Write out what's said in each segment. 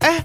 哎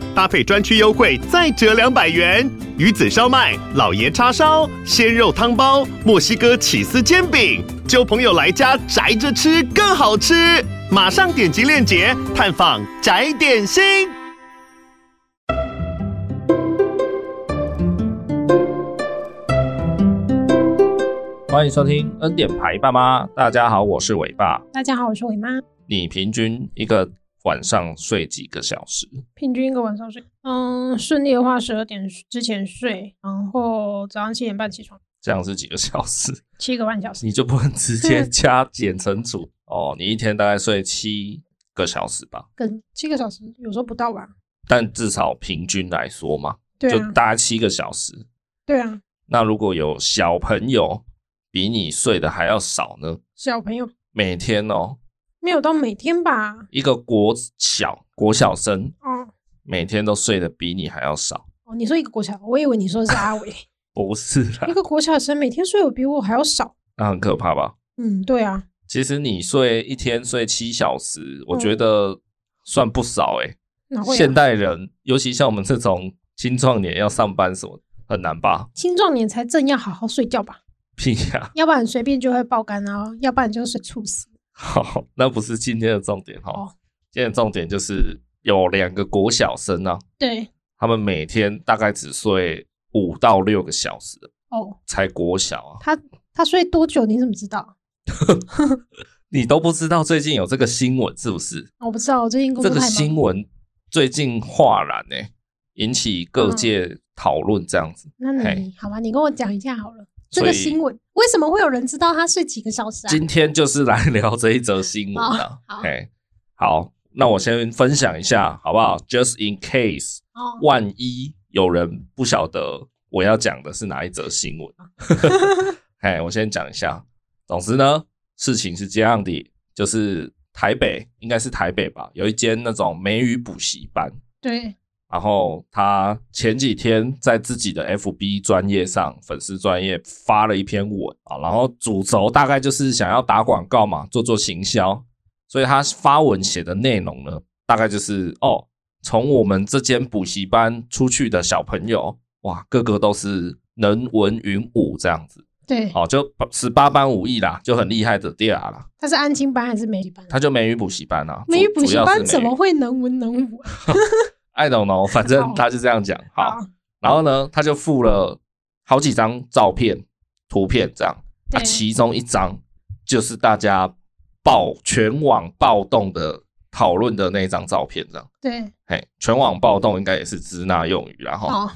搭配专区优惠再折两百元。鱼子烧麦、老爷叉烧、鲜肉汤包、墨西哥起司煎饼，就朋友来家宅着吃更好吃。马上点击链接探访宅点心。欢迎收听恩典牌爸妈，大家好，我是伟爸。大家好，我是伟妈。你平均一个晚上睡几个小时？平均一个晚上睡，嗯，顺利的话十二点之前睡，然后早上七点半起床，这样是几个小时？ 七个半小时。你就不能直接加减乘 除哦？你一天大概睡七个小时吧，跟七个小时有时候不到吧？但至少平均来说嘛，对就啊，大概七个小时。对啊，那如果有小朋友比你睡的还要少呢？小朋友每天哦，没有到每天吧？一个国小国小生哦每天都睡得比你还要少，哦，你说一个国小，我以为你说的是阿 伟，不是啦一，个国小生每天睡得比我还要少。那很可怕吧？嗯，对啊，其实你睡一天睡七小时，我嗯觉得算不少哎、哪会、现啊？代人，尤其像我们这种青壮年要上班什么，很难吧？青壮年才正要好好睡觉吧，屁呀、 要不然随便就会爆肝啊，要不然就睡猝死。好，那不是今天的重点哈。哦今天的重点就是有两个国小生啊，对，他们每天大概只睡五到六个小时，哦，才国小啊，他他睡多久？你怎么知道？你都不知道最近有这个新闻是不是？哦我不知道，我最近工这作个太忙。新闻最近哗然呢、引起嗯各界讨论这样子。那你嘿好吧，你跟我讲一下好了。这所个以新闻为什么会有人知道他睡几个小时啊？今天就是来聊这一则新闻啊。好好嘿好，那我先分享一下好不好？Just in case，哦，万一有人不晓得我要讲的是哪一则新 闻，嘿，我先讲一下。总之呢，事情是这样的，就是台北应该是台北吧，有一间那种美语补习班，对，然后他前几天在自己的 FB 专业上粉丝专业发了一篇文啊，然后主轴大概就是想要打广告嘛，做做行销，所以他发文写的内容呢，大概就是哦，从我们这间补习班出去的小朋友，哇，个个都是能文云武这样子，对，哦，就十八般武艺啦，就很厉害的第二啦，他是安亲班还是美语班？他就美语补习班啊，美语主补习主要是班美怎么语会能文能武啊？ ？I don't know，反正他就这样讲，好。啊，然后呢，他就附了好几张照片、图片这样，啊，对其中一张就是大家爆全网暴动的讨论的那一张照片，这样，对，嘿，全网暴动应该也是支那用语啦，然后、哦，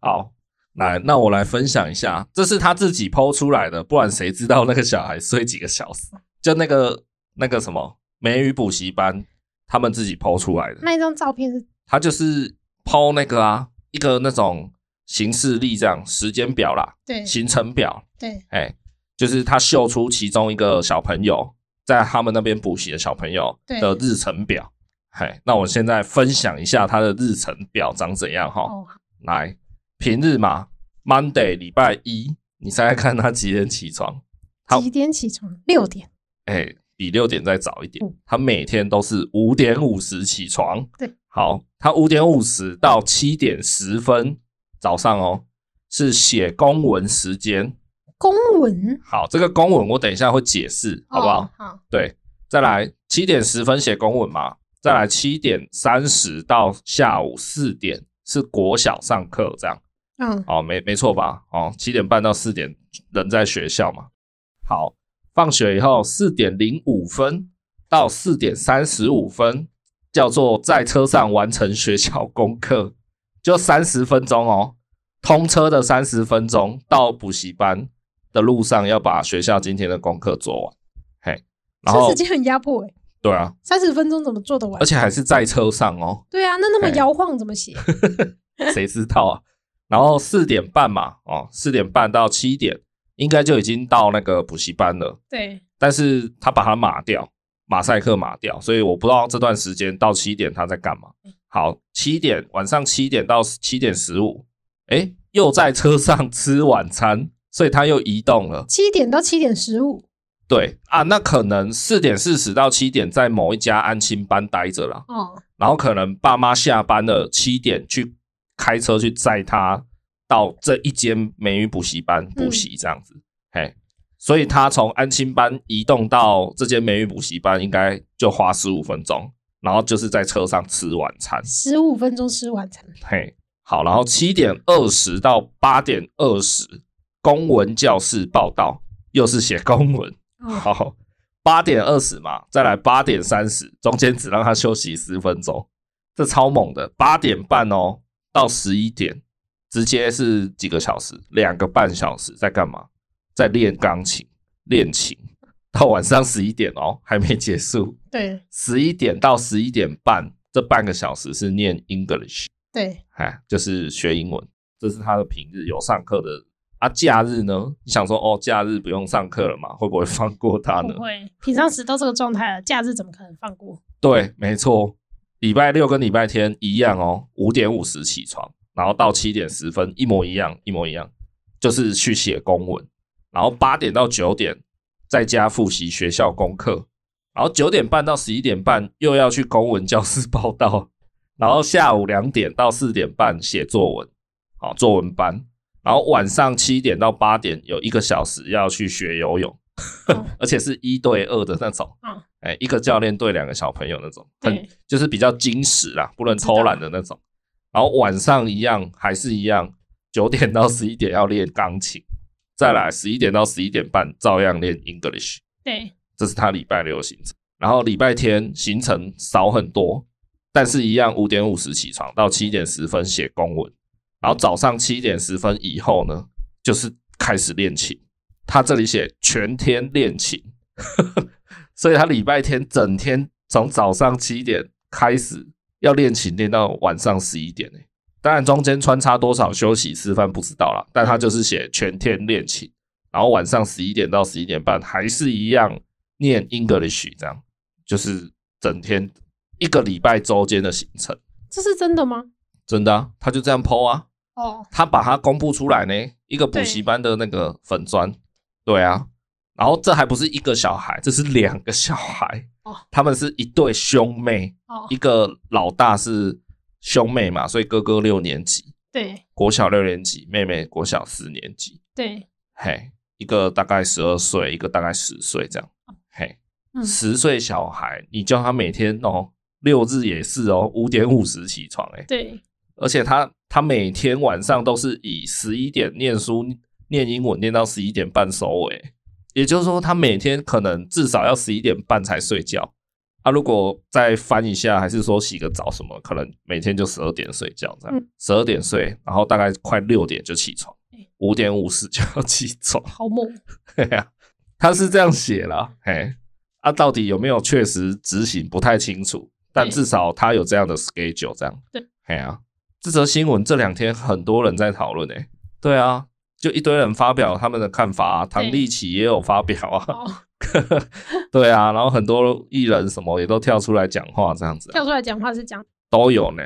好，来，那我来分享一下，这是他自己剖出来的，不然谁知道那个小孩睡几个小时？就那个那个什么美语补习班，他们自己剖出来的，那一张照片是他就是抛那个啊，一个那种行事历这样时间表啦，对行程表，对哎，就是他秀出其中一个小朋友在他们那边补习的小朋友对的日程表。哎，那我现在分享一下他的日程表长怎样哈。哦，来，平日嘛，Monday 礼拜一，你猜猜看他几点起床？好几点起床？六点，哎，比六点再早一点嗯。他每天都是五点五十起床。对，好，他五点五十到七点十分早上哦，是写公文时间。公文，好，这个公文我等一下会解释，好不好？哦？好，对，再来七点十分写公文嘛，再来七点三十到下午四点是国小上课这样。嗯，哦，没没错吧？哦，七点半到四点人在学校嘛。好，放学以后四点零五分到四点三十五分叫做在车上完成学校功课，就三十分钟哦。通车的三十分钟到补习班的路上要把学校今天的功课做完，嘿，然这后时间很压迫哎，对啊，三十分钟怎么做得完而？且还是在车上哦。对啊，那那么嘿摇晃怎 么写？谁知道啊？然后四点半嘛，哦，四点半到七点应该就已经到那个补习班了。对，但是他把它码掉，马赛克码掉，所以我不知道这段时间到七点他在干嘛。好，七点晚上七点到七点十五，哎，又在车上吃晚餐，所以他又移动了。七点到七点十五对啊，那可能四点四十到七点在某一家安心班待着啦，哦，然后可能爸妈下班了七点去开车去载他到这一间美语补习班补习这样子，嘿，所以他从安心班移动到这间美语补习班应该就花十五分钟，然后就是在车上吃晚餐，十五分钟吃晚餐，嘿，好，然后七点二十到八点二十，公文教室报道，又是写公文。哦，好，八点二十嘛，再来八点三十，中间只让他休息十分钟，这超猛的。八点半哦，到十一点，直接是几个小时，两个半小时在干嘛？在练钢琴，练琴。到晚上十一点哦，还没结束。对十一点到十一点半，这半个小时是念 English，对，哎，就是学英文，这是他的平日有上课的。啊，假日呢？你想说哦，假日不用上课了嘛？会不会放过他呢？不会，平常时都这个状态了，假日怎么可能放过？对，没错，礼拜六跟礼拜天一样哦，五点五十起床，然后到七点十分一模一样，一模一样，就是去写公文，然后八点到九点在家复习学校功课，然后九点半到十一点半又要去公文教室报道， 然后下午两点到四点半写作文，好，作文班。然后晚上七点到八点有一个小时要去学游泳，哦 而且是一对二的那种，嗯哎，一个教练对两个小朋友那种，很对，就是比较矜持啦，不能偷懒的那种。然后晚上一样，还是一样，九点到十一点要练钢琴，再来十一点到十一点半照样练 English，对，这是他礼拜六的行程。然后礼拜天行程少很多，但是一样五点五十起床，到七点十分写公文，然后早上七点十分以后呢，就是开始练琴。他这里写全天练琴， 所以他礼拜天整天从早上七点开始要练琴，练到晚上十一点、欸、当然中间穿插多少休息吃饭不知道啦，但他就是写全天练琴，然后晚上十一点到十一点半还是一样念 English，这样就是整天一个礼拜周间的行程，这是真的吗？真的、啊，他就这样 PO 啊，哦，他把它公布出来呢，一个补习班的那个粉砖，对啊，然后这还不是一个小孩，这是两个小孩，哦他们是一对兄妹，哦一，个老大是兄妹嘛，所以哥哥六年级，对国小六年级，妹妹国小四年级，对，嘿，一个大概十二岁，一个大概十岁这样，嘿，嗯十岁小孩，你叫他每天哦，六日也是哦，五点五十起床、欸，对而且他他每天晚上都是以十一点念书、念英文念到十一点半收尾，也就是说，他每天可能至少要十一点半才睡觉。他、如果再翻一下，还是说洗个澡什么，可能每天就十二点睡觉这样嗯，十二、点睡，然后大概快六点就起床嗯，五点五十就要起床。好 猛，对呀、他是这样写啦，嘿，啊，到底有没有确实执行不太清楚，但对至少他有这样的 schedule，这样，对，嘿啊，这则新闻这两天很多人在讨论诶，对啊，就一堆人发表他们的看法啊，唐立奇也有发表啊，哦， 对啊，然后很多艺人什么也都跳出来讲话，这样子啊、跳出来讲话是讲都有呢，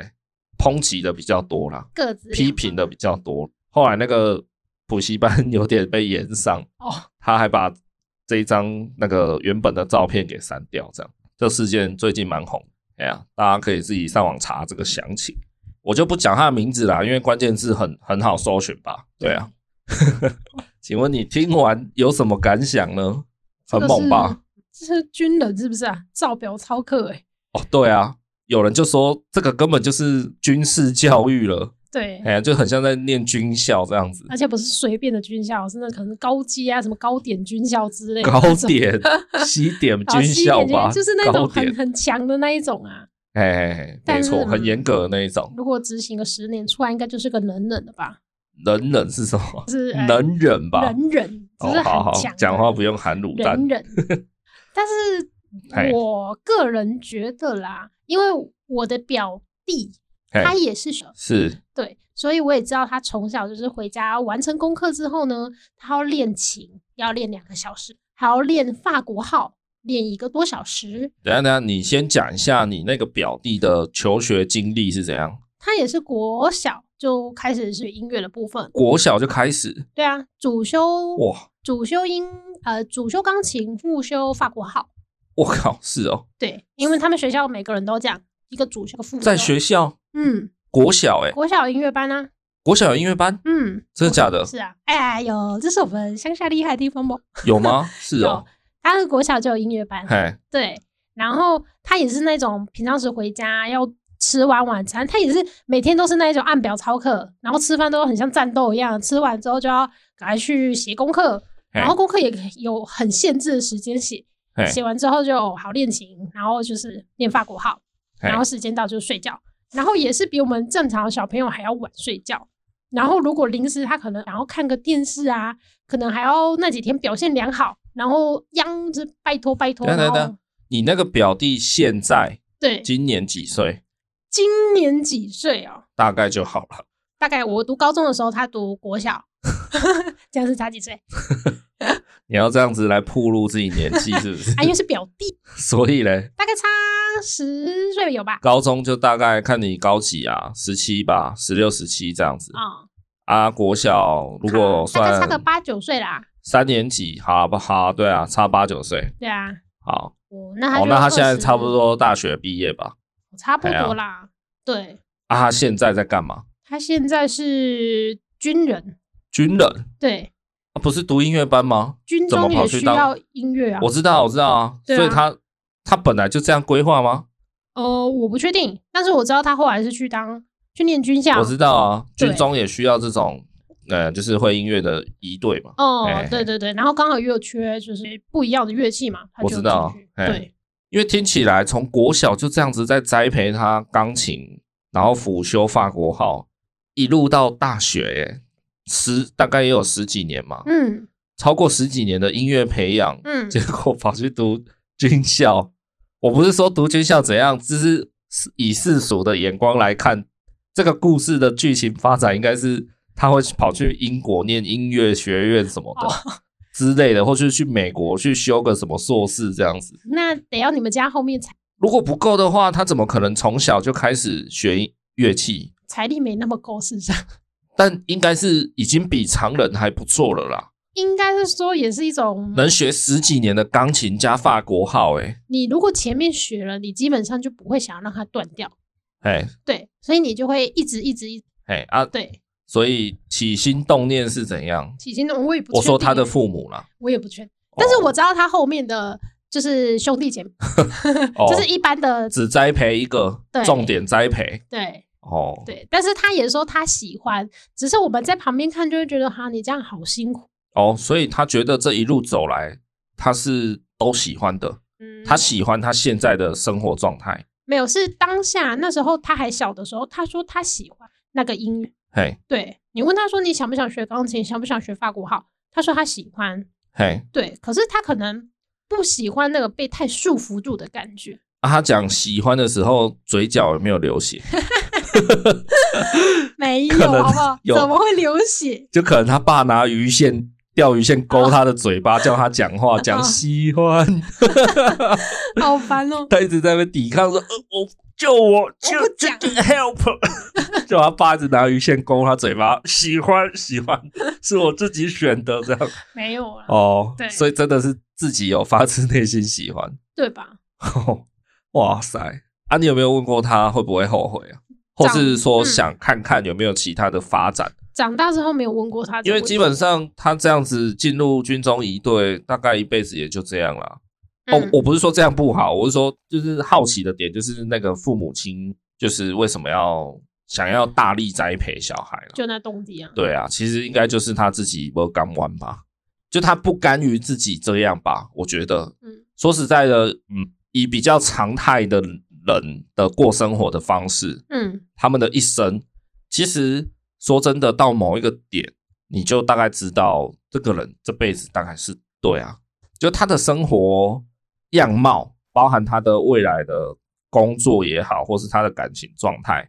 抨击的比较多啦，个子批评的比较多，后来那个补习班 有点被延上。哦，他还把这一张那个原本的照片给删掉，这样这事件最近蛮红，哎呀，大家可以自己上网查这个详情，我就不讲他的名字啦，因为关键字很很好搜寻吧，对啊， 请问你听完有什么感想呢？这很个猛吧？是？这是军人是不是啊？照表操课哎、哦，对啊，有人就说这个根本就是军事教育了，对，哎哎呀，就很像在念军校这样子，而且不是随便的军校，是那可能是高阶啊，什么高点军校之类的那高种， 点西点啊军校西点军吧，就是那高种点很，很强的那一种啊。哎哎，哎没但是错，很嗯严格的那一种。如果执行个十年，出来应该就是个能忍的吧？能忍是什么？是呃能忍吧？能忍，只是哦，好好很强的，讲话不用含卤蛋能。忍。 但嘿是我个人觉得啦，因为我的表弟嘿他也是学是对，所以我也知道他从小就是回家完成功课之后呢，他要练琴，要练两个小时。还要练法国号，练一个多小时。等一下等一下，你先讲一下你那个表弟的求学经历是怎样？他也是国小就开始学音乐的部分，国小就开始，对啊，主修哇，主修音呃主修钢琴，副修法国号，我靠，是哦，对，因为他们学校每个人都这样，一个主修副修。在学校嗯，国小哎、国小音乐班啊，国小有音乐班嗯，真的假的是啊，哎呦，这是我们乡下厉害的地方不？有 吗？是哦，他的国小就有音乐班，嘿，对，然后他也是那种平常时回家要吃完晚餐，他也是每天都是那一种按表操课，然后吃饭都很像战斗一样，吃完之后就要赶快去写功课，嘿然后功课也有很限制的时间写，嘿，写完之后就哦好练琴，然后就是练法国号，嘿然后时间到就睡觉，然后也是比我们正常的小朋友还要晚睡觉。然后如果临时他可能然后看个电视啊，可能还要那几天表现良好，然后央着拜托拜托，等一下然等一后下，你那个表弟现在对，今年几岁？今年几岁哦？大概就好了。大概我读高中的时候，他读 国小，这样是差几岁？你要这样子来暴露自己年纪是 不是啊，？因为是表弟，所以嘞，大概差十岁有吧？高中就大概看你高几啊，十七吧，十六、十七这样子啊、啊。国小如果大概差算个八九岁啦。三年级，好不好？对啊，差八九岁。对啊，好，哦，那他哦，就那他20现在差不，多哎大学毕业吧？差不多啦。对啊，他现在在干嘛？他现在是军人，军人，对，啊不是读音乐班吗？军怎么中跑也去需当要音乐啊。我知道，我知道啊。对啊所以他他本来就这样规划吗？呃，我不确定，但是我知道他后来是去当去念军校。我知道啊，对军中也需要这种呃，就是会音乐的仪队嘛。哦哎，对对对，然后刚好也有缺，就是不一样的乐器嘛，他我就知道进去哎对，因为听起来从国小就这样子在栽培他钢琴，然后辅修法国号，一路到大学、欸，十大概也有十几年嘛，嗯超过十几年的音乐培养，嗯，结果跑去读军校。我不是说读军校怎样，只是以世俗的眼光来看，这个故事的剧情发展应该是他会跑去英国念音乐学院什么的、哦之类的，或是去美国去修个什么硕士这样子。那得要你们家后面财如果不够的话，他怎么可能从小就开始学乐器？财力没那么够，是不是？ 但应该是已经比常人还不错了啦，应该是说也是一种，能学十几年的钢琴加法国号、欸，你如果前面学了，你基本上就不会想要让它断掉，哎对，所以你就会一直一直一直哎哎啊！对所以起心动念是怎样？起心动，我也不我说确他的定父哦母啦，我也不确定，但是我知道他后面的就是兄弟姐妹，哦就是一般的只栽培一个对，重点栽培对哦。对，但是他也说他喜欢，只是我们在旁边看就会觉得哈，你这样好辛苦，哦，所以他觉得这一路走来，他是都喜欢的，嗯，他喜欢他现在的生活状态。没有是当下那时候他还小的时候，他说他喜欢那个音乐。嘿对你问他说你想不想学钢琴，想不想学法国号，他说他喜欢，嘿，对，可是他可能不喜欢那个被太束缚住的感觉，啊，他讲喜欢的时候，嘴角有没有流血？ 没 有可能好不好？有怎么会流血？就可能他爸拿鱼线、钓鱼线勾他的嘴巴，叫他讲话，讲喜欢，！好烦哦他一直在那边抵抗说：“呃，我救我，救不救讲救 help！” 就他爸一直拿鱼线勾他嘴巴，喜欢喜欢，是我自己选的这样 没有啊，哦对。所以真的是自己有发自内心喜欢。哦对吧？哇塞！啊，你有没有问过他会不会后悔啊？或是说长嗯想看看有没有其他的发展？长大之后没有问过他这因个为问题，基本上他这样子进入军中一队，大概一辈子也就这样啦。哦嗯，我不是说这样不好，我是说就是好奇的点就是那个父母亲就是为什么要想要大力栽培小孩了？就那动机啊，对啊，其实应该就是他自己不甘玩吧，就他不甘于自己这样吧。我觉得，嗯说实在的，嗯，以比较常态的人的过生活的方式，嗯，他们的一生，其实说真的，到某一个点，你就大概知道这个人这辈子大概是对啊，就他的生活样貌，包含他的未来的工作也好，或是他的感情状态，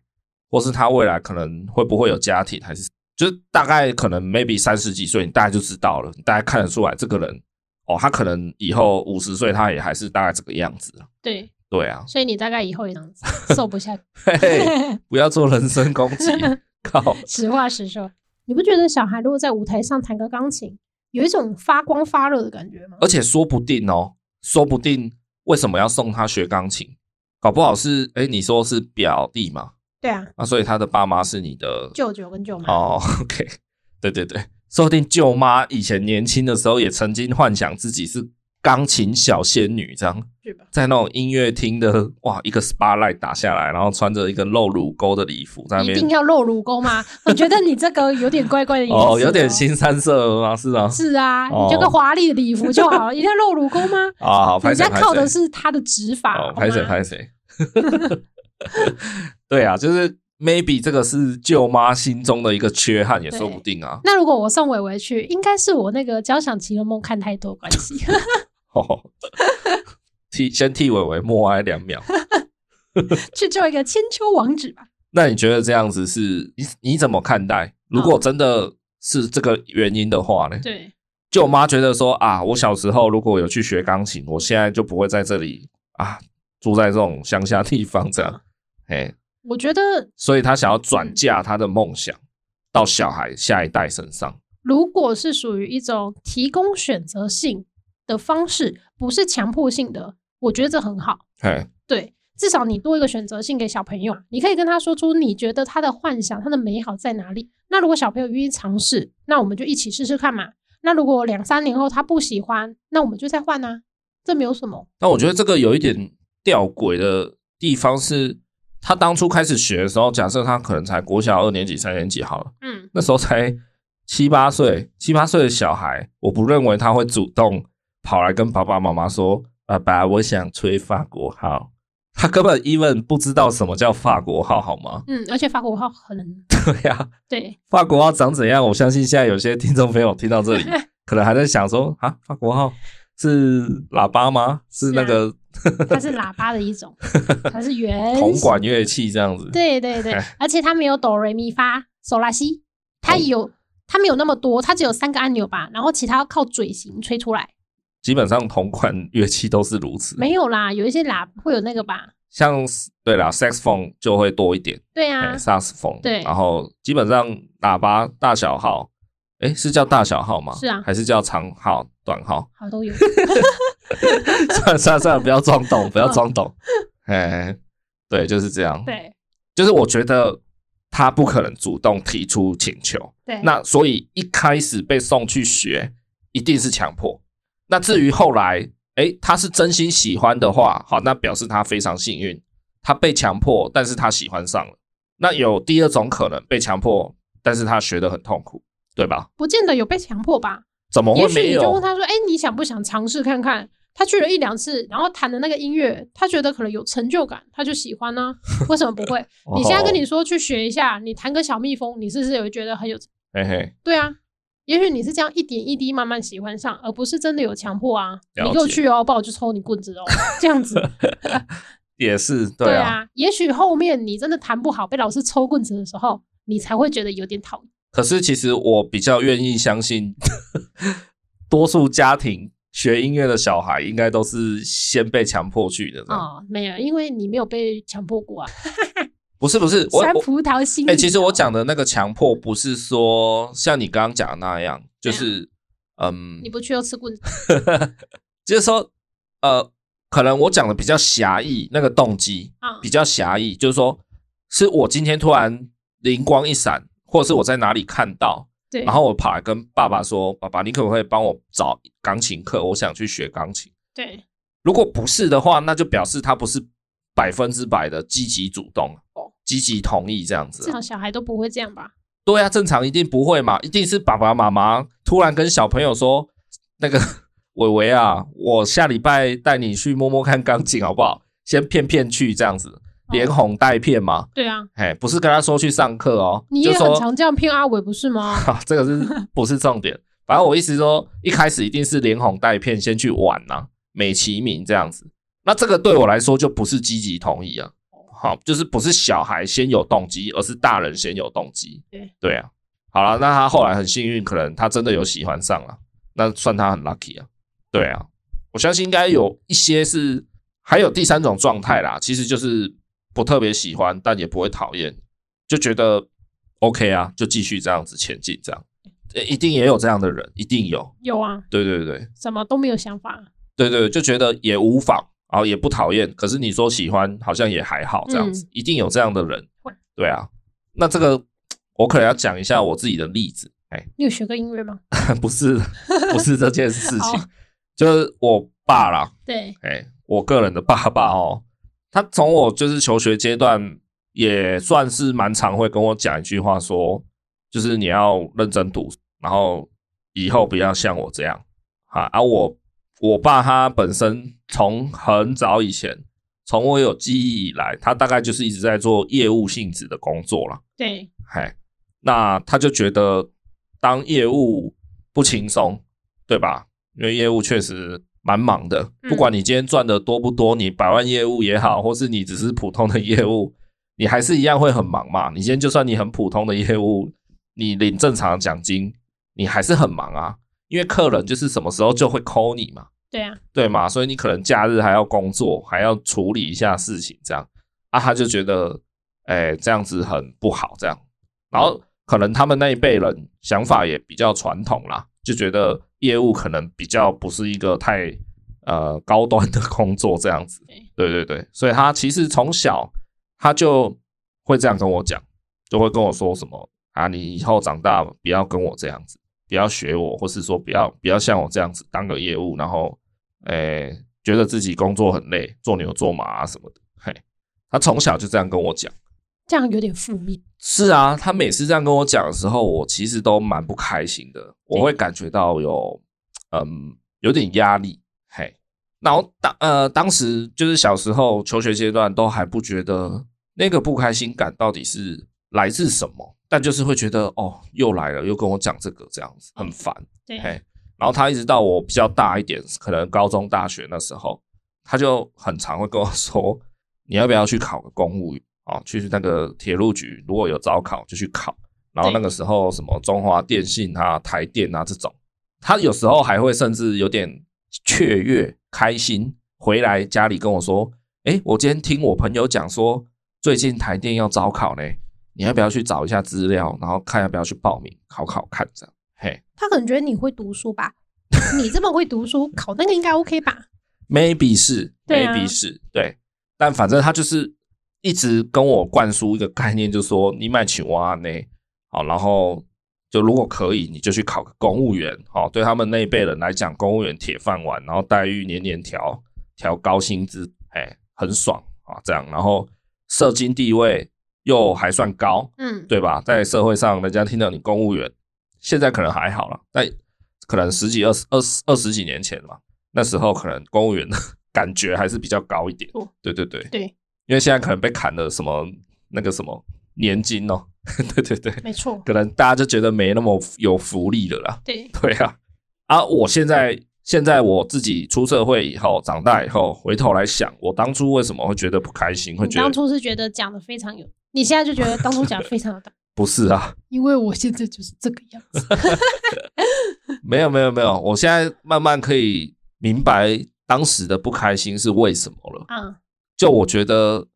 或是他未来可能会不会有家庭，还是就是大概可能 maybe 三十几岁，你大概就知道了，你大概看得出来这个人哦，他可能以后五十岁，他也还是大概这个样子。对，对啊， 所以你大概以后也这样子，瘦不下去。嘿嘿，不要做人身攻击，靠！实话实说，你不觉得小孩如果在舞台上弹个钢琴，有一种发光发热的感觉吗？而且说不定哦，说不定为什么要送他学钢琴？搞不好是哎，你说是表弟嘛？对啊，那所以他的爸妈是你的舅舅跟舅妈，哦，OK，对对对，说不定舅妈以前年轻的时候也曾经幻想自己是钢琴小仙女，这样是吧？在那种音乐厅的哇，一个 spotlight 打下来，然后穿着一个露乳沟的礼服在那一定边，要露乳沟吗？ 我觉得你这个有点怪怪的意思啊哦，有点。新三色啊，是啊，是啊，哦你就个华丽的礼服就好了，一定要露乳沟吗？啊，好，拍人谁家拍靠的谁，是他的指法，哦，好拍谁吗拍谁， 对啊，就是 maybe 这个是舅妈心中的一个缺憾，也说不定啊，那如果我送伟伟去，应该是我那个交响情人梦看太多关系。 哦，替先替伟伟默哀两秒。去做一个千秋王子吧。那你觉得这样子是你你怎么看待？如果真的是这个原因的话呢？对，舅妈觉得说啊，我小时候如果有去学钢琴，我现在就不会在这里啊，住在这种乡下地方这样。哎，我觉得所以她想要转嫁她的梦想到小孩下一代身上。如果是属于一种提供选择性的方式，不是强迫性的，我觉得这很好。哎，对，至少你多一个选择性给小朋友，你可以跟他说出你觉得他的幻想、他的美好在哪里。那如果小朋友愿意尝试，那我们就一起试试看嘛。那如果两三年后他不喜欢，那我们就再换啊，这没有什么。但我觉得这个有一点吊诡的地方是，她当初开始学的时候，假设她可能才国小二年级、三年级好了。嗯，？那时候才七八岁，七八岁的小孩，我不认为他会主动跑来跟爸爸妈妈说：“爸爸，我想吹法国号。”他根本 even 不知道什么叫法国号，好吗 嗯，而且法国号可能对呀、对法国号长怎样？我相信现在有些听众朋友听到这里，可能还在想说：“啊，法国号是喇叭吗？是那个它是喇叭的一种，它哎是圆铜管乐器这 样子？”对对对，而且它没有哆瑞咪发嗦拉西，它哎哦有它没有那么多，它只有三个按钮吧，然后其他要靠嘴型吹出来。哦基本上铜管乐器都是如此。没有啦，有一些喇会有那个吧？像对啦，saxophone 就会多一点。对啊哎，，萨克斯风，对然后基本上喇叭大小号，哎，是叫大小号吗？是啊？还是叫长号、短号 好都有。算了算了算了，不要装 懂，不要装懂。哎，对，就是这样。，哦对就是我觉得他不可能主动提出请求，对，那所以一开始被送去学，一定是强迫。那至于后来，哎，他是真心喜欢的话，好，那表示他非常幸运，他被强迫，但是他喜欢上了。那有第二种可能，被强迫，但是他学得很痛苦，对吧？不见得有被强迫吧？怎么也会许没你就问有？他说：“哎，你想不想尝试看看？”他去了一两次，然后弹的那个音乐，他觉得可能有成就感，他就喜欢呢、为什么不会？你现在跟你 哦，说去学一下，你弹个小蜜蜂，你是不是也会觉得很有嘿嘿，对啊，也许你是这样一点一滴慢慢喜欢上，而不是真的有强迫啊。了你给我解啊去哦，不然我就抽你棍 子哦，这样子。也是对啊。也许后面你真的弹不好，被老师抽棍子的时候，你才会觉得有点讨厌。可是其实我比较愿意相信， 多数家庭学音乐的小孩应该都是先被强迫去的。哦、哦，没有，因为你没有被强迫过啊。不是不是，我酸我葡萄心理哎、啊。其实我讲的那个强迫，不是说像你刚刚讲的那样，就是嗯啊你，不去又吃棍子，就是说呃，可能我讲的比较狭义，那个动机啊比较狭义，就是说是我今天突然灵光一闪，或者是我在哪里看到，对，然后我跑来跟爸爸说：“爸爸，你可不可以帮我找钢琴课？我想去学钢琴。”对如果不是的话，那就表示他不是百分之百的积极主动哦，积极同意这样子啊。至少小孩都不会这样吧？对啊，正常一定不会嘛，一定是爸爸妈妈突然跟小朋友说，那个 伟伟啊，我下礼拜带你去摸摸看钢琴好不好？先骗骗去这样子，连哦哄带骗嘛。对啊，哎、不是跟他说去上课哦，你就也很说常这样骗阿伟不是吗？哈， 这个 是不是重点？反正我意思说，一开始一定是连哄带骗先去玩呐、美其名这样子。那这个对我来说就不是积极同意啊，好，就是不是小孩先有动机，而是大人先有动机。对对啊，好了，那他后来很幸运，可能他真的有喜欢上了，那算他很 lucky 啊。对啊，我相信应该有一些是，还有第三种状态啦，其实就是不特别喜欢，但也不会讨厌，就觉得 OK 啊，就继续这样子前进，这样，呃一定也有这样的人，一定有，有啊，对对对什么都没有想法，啊对对，就觉得也无妨，然后也不讨厌，可是你说喜欢，好像也还好这样子，一定有这样的人嗯会，对啊，那这个我可能要讲一下我自己的例子，哎、 你有学过音乐吗？不是不是这件事情好，就是我爸啦，对，哎、我个人的爸爸哦，他从我就是求学阶段也算是蛮常会跟我讲一句话说就是你要认真读，然后以后不要像我这样啊啊我我爸他本身从很早以前，从我有记忆以来，他大概就是一直在做业务性质的工作啦。对，嗨，那他就觉得当业务不轻松，对吧？因为业务确实蛮忙的，嗯不管你今天赚的多不多，你百万业务也好，或是你只是普通的业务，你还是一样会很忙嘛。你今天就算你很普通的业务，你领正常的奖金，你还是很忙啊，因为客人就是什么时候就会 call 你嘛。对啊，对嘛，所以你可能假日还要工作，还要处理一下事情，这样啊，他就觉得，哎、这样子很不好，这样。然后可能他们那一辈人想法也比较传统啦，就觉得业务可能比较不是一个太呃高端的工作这样子对。对对对，所以他其实从小他就会这样跟我讲，就会跟我说什么啊，你以后长大不要跟我这样子，不要学我，或是说不要不要像我这样子当个业务，然后诶、哎觉得自己工作很累，做牛做马啊什么的。嘿，他从小就这样跟我讲。这样有点负面，是啊，他每次这样跟我讲的时候，我其实都蛮不开心的，我会感觉到有，嗯，有点压力。嘿，然后当呃当时就是小时候求学阶段，都还不觉得那个不开心感到底是来自什么，但就是会觉得哦，又来了，又跟我讲这个这样子，很烦。对，嘿，然后他一直到我比较大一点，可能高中、大学那时候，他就很常会跟我说，你要不要去考个公务员哦，去那个铁路局，如果有招考就去考。然后那个时候什么中华电信啊、台电啊这种，他有时候还会甚至有点雀跃、开心，回来家里跟我说：“诶，我今天听我朋友讲说，最近台电要招考嘞，你要不要去找一下资料，然后看要不要去报名考考看这样？”嘿，他可能觉得你会读书吧，你这么会读书，考那个应该 OK 吧？ maybe 是、对啊 maybe 是对，但反正他就是一直跟我灌输一个概念，就是说你买青蛙呢，好，然后就如果可以，你就去考个公务员，好，对他们那一辈人来讲，公务员铁饭碗，然后待遇年年调调高薪资，哎，很爽啊，这样，然后社经地位又还算高， 嗯，对吧？在社会上，人家听到你公务员，现在可能还好了，但可能十几、二十、二十、二十几年前嘛，那时候可能公务员的感觉还是比较高一点。哦对对对，对，因为现在可能被砍了什么那个什么年金哦， 对对对，没错，可能大家就觉得没那么有福利了啦。对，对啊，啊，我现在现在我自己出社会以后，长大以后，回头来想，我当初为什么会觉得不开心，会你觉得当初是觉得讲的非常有，你现在就觉得当初讲的非常有道理，不是啊， 因为我现在就是这个样子，没有没有没有，我现在慢慢可以明白当时的不开心是为什么了。啊，就我觉得，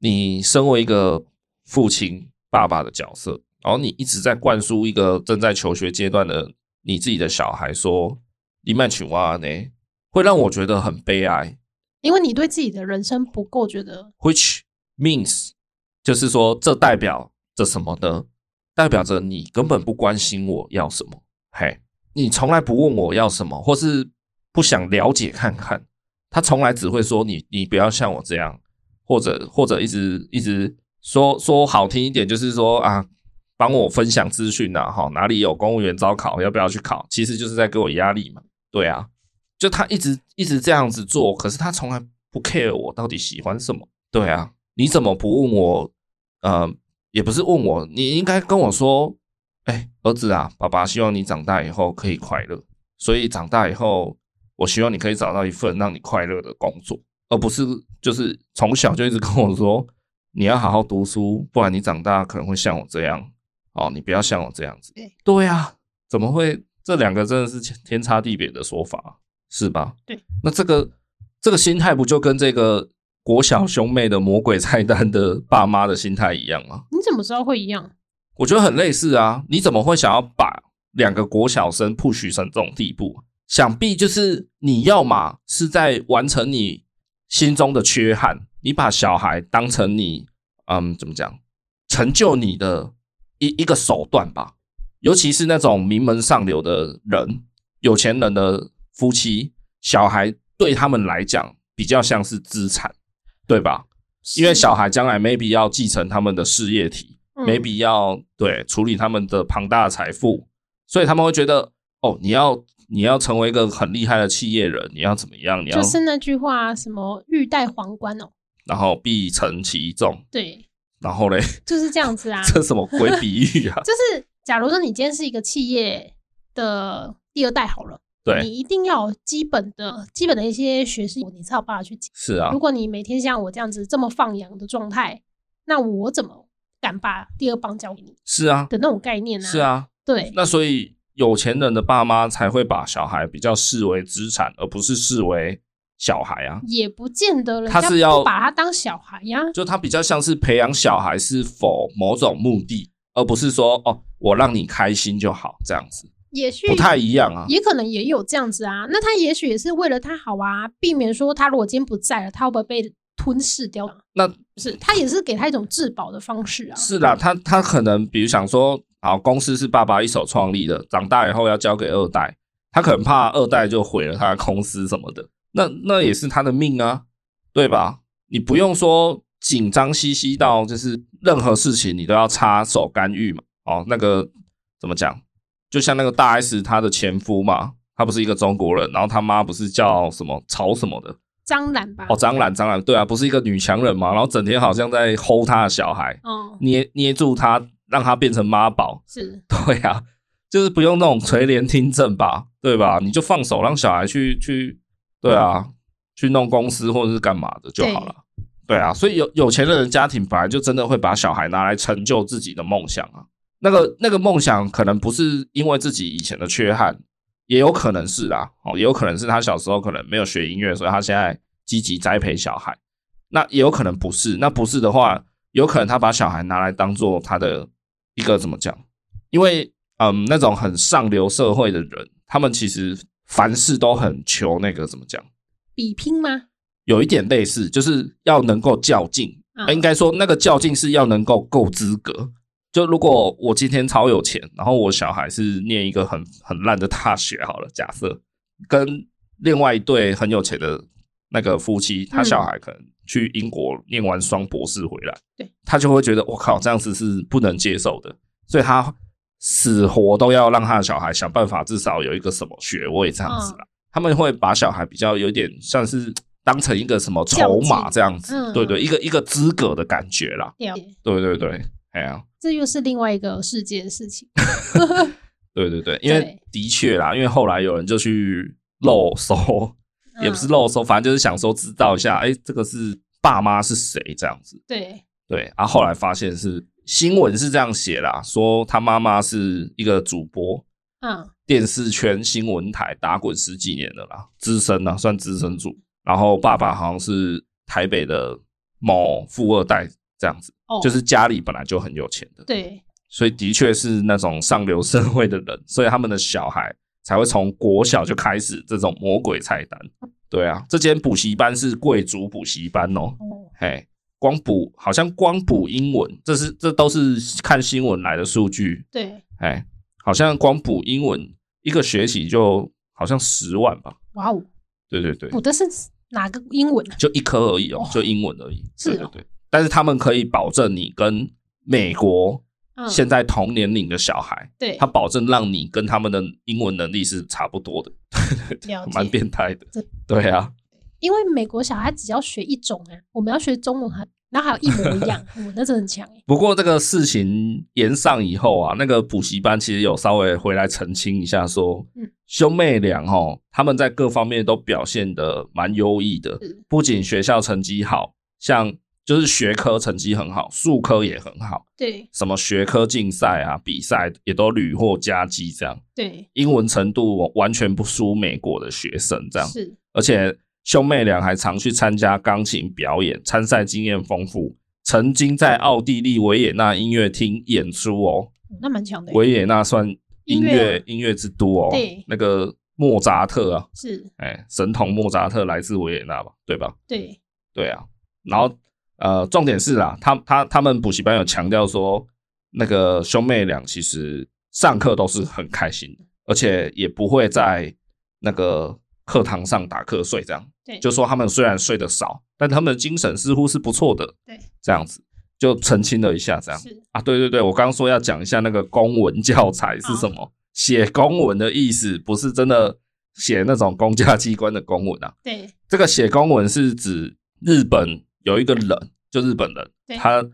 你身为一个父亲、爸爸的角色，然后你一直在灌输一个正在求学阶段的你自己的小孩说“啊你曼曲哇呢”，会让我觉得很悲哀。因为你对自己的人生不够觉得 Which means，就是说，这代表着什么呢？代表着你根本不关心我要什么，嘿，你从来不问我要什么，或是不想了解看看。他从来只会说你，你不要像我这样，或者或者一直一直说说好听一点，就是说啊，帮我分享资讯啊，哈，哪里有公务员招考，要不要去考？其实就是在给我压力嘛，对啊，就他一直一直这样子做，可是他从来不 care 我到底喜欢什么。对啊，你怎么不问我？呃，也不是问我，你应该跟我说，哎、儿子啊，爸爸希望你长大以后可以快乐，所以长大以后，我希望你可以找到一份让你快乐的工作，而不是就是从小就一直跟我说，你要好好读书，不然你长大可能会像我这样，哦，你不要像我这样子对。对啊，怎么会？这两个真的是天天差地别的说法啊，是吧？对，那这个这个心态不就跟这个国小兄妹的魔鬼菜单的爸妈的心态一样吗？你怎么知道会一样？我觉得很类似啊。你怎么会想要把两个国小生 push 成这种地步？想必就是你要嘛是在完成你心中的缺憾，你把小孩当成你嗯怎么讲成就你的一一个手段吧。尤其是那种名门上流的人、有钱人的夫妻，小孩对他们来讲比较像是资产，对吧？因为小孩将来 maybe 要继承他们的事业体，嗯 maybe 要对处理他们的庞大的财富，所以他们会觉得哦，你要你要成为一个很厉害的企业人，你要怎么样？你要、就是那句话，啊什么欲戴皇冠哦，然后必承其重，对，然后嘞，。就是这样子啊？这什么鬼比喻啊就是假如说你今天是一个企业的第二代好了，对，你一定要有基本的、基本的一些学识，你才有办法去解。是啊如，果你每天像我这样子这么放羊的状态，那我怎么敢把第二棒交给你是啊，的那种概念呢、是，啊。对，那所以有钱人的爸妈才会把小孩比较视为资产，而不是视为小孩啊。也不见得人他家是要不把他当小孩呀、就他比较像是培养小孩是否某种目的，而不是说哦，我让你开心就好这样子，也许不太一样啊。也可能也有这样子啊。那他也许也是为了他好啊，避免说他如果今天不在了，他会不会被吞噬掉啊？那不是，他也是给他一种质保的方式啊。是啦，他他可能比如想说，好，公司是爸爸一手创立的，长大以后要交给二代，他可能怕二代就毁了他的公司什么的，那那也是他的命啊，对吧？你不用说紧张兮兮到就是任何事情你都要插手干预嘛。哦，那个怎么讲？就像那个大 S 她的前夫嘛，他不是一个中国人，然后他妈不是叫什么曹什么的，张兰吧？哦，张兰张兰，对啊，不是一个女强人嘛，然后整天好像在吼他的小孩，哦，捏捏住他，让他变成妈宝。是 对啊，就是不用那种垂帘听政吧，对吧？你就放手让小孩去去，对啊，去弄公司或者是干嘛的就好了。对啊，所以有有钱的人家庭本来就真的会把小孩拿来成就自己的梦想啊。那个那个梦想可能不是因为自己以前的缺憾，也有可能是啦、哦，也有可能是他小时候可能没有学音乐，所以他现在积极栽培小孩。那也有可能不是，那不是的话，有可能他把小孩拿来当做他的一个怎么讲？因为嗯，那种很上流社会的人，他们其实凡事都很求那个怎么讲，比拼吗？有一点类似，就是要能够较劲。啊呃应该说，那个较劲是要能够够资格。就如果我今天超有钱，然后我小孩是念一个很很烂的大学，好了，假设跟另外一对很有钱的那个夫妻，他嗯小孩可能去英国念完双博士回来，对他就会觉得我靠，这样子是不能接受的，所以他死活都要让他的小孩想办法，至少有一个什么学位这样子嗯啦。他们会把小孩比较有点像是当成一个什么筹码这样子，较劲嗯对对，一个一个资格的感觉啦，对啊，对对对，哎呀、这又是另外一个世界的事情。对对对，因为对的确啦，因为后来有人就去漏搜，也不是嗯漏搜，反正就是想说知道一下，哎，这个是爸妈是谁这样子，对，对，啊，后来发现是新闻是这样写啦，说他妈妈是一个主播，嗯，电视圈新闻台打滚十几年了啦，资深啊，算资深主。然后爸爸好像是台北的某富二代这样子，哦，就是家里本来就很有钱的，对，所以的确是那种上流社会的人，所以他们的小孩才会从国小就开始这种魔鬼菜单。对啊，这间补习班是贵族补习班哦，哦，嘿，光补好像光补英文，这是这都是看新闻来的数据，对，哎，好像光补英文一个学期就好像十万吧？哇哦，对对对，补的是哪个英文啊？就一科而已哦哇，就英文而已。是哦对对对，但是他们可以保证你跟美国嗯，现在同年龄的小孩，对，他保证让你跟他们的英文能力是差不多的，了解蛮变态的这。 对啊，因为美国小孩只要学一种啊，我们要学中文还，然后还有一模一样， 我那真的很强哎。不过这个事情延上以后啊，那个补习班其实有稍微回来澄清一下说，嗯兄妹俩哦，他们在各方面都表现的蛮优异的是，不仅学校成绩好，像就是学科成绩很好，数科也很好，对什么学科竞赛啊、比赛也都屡获佳绩，这样对，英文程度完全不输美国的学生，这样，是，而且兄妹俩还常去参加钢琴表演，参赛经验丰富，曾经在奥地利维也纳音乐厅演出哦。那蛮强的欸，维也纳算音音乐乐音乐之都哦对，那个莫扎特啊，是哎，神童莫扎特来自维也纳吧，对吧？对对啊，然后呃，重点是啊，他他他们补习班有强调说，那个兄妹俩其实上课都是很开心的，而且也不会在那个课堂上打瞌睡，这样对，就说他们虽然睡得少，但他们的精神似乎是不错的，对，这样子就澄清了一下，这样是啊，对对对，我刚刚说要讲一下那个公文教材啊是什么，写公文的意思不是真的写那种公家机关的公文啊，对这个写公文是指日本有一个人，就日本对人，他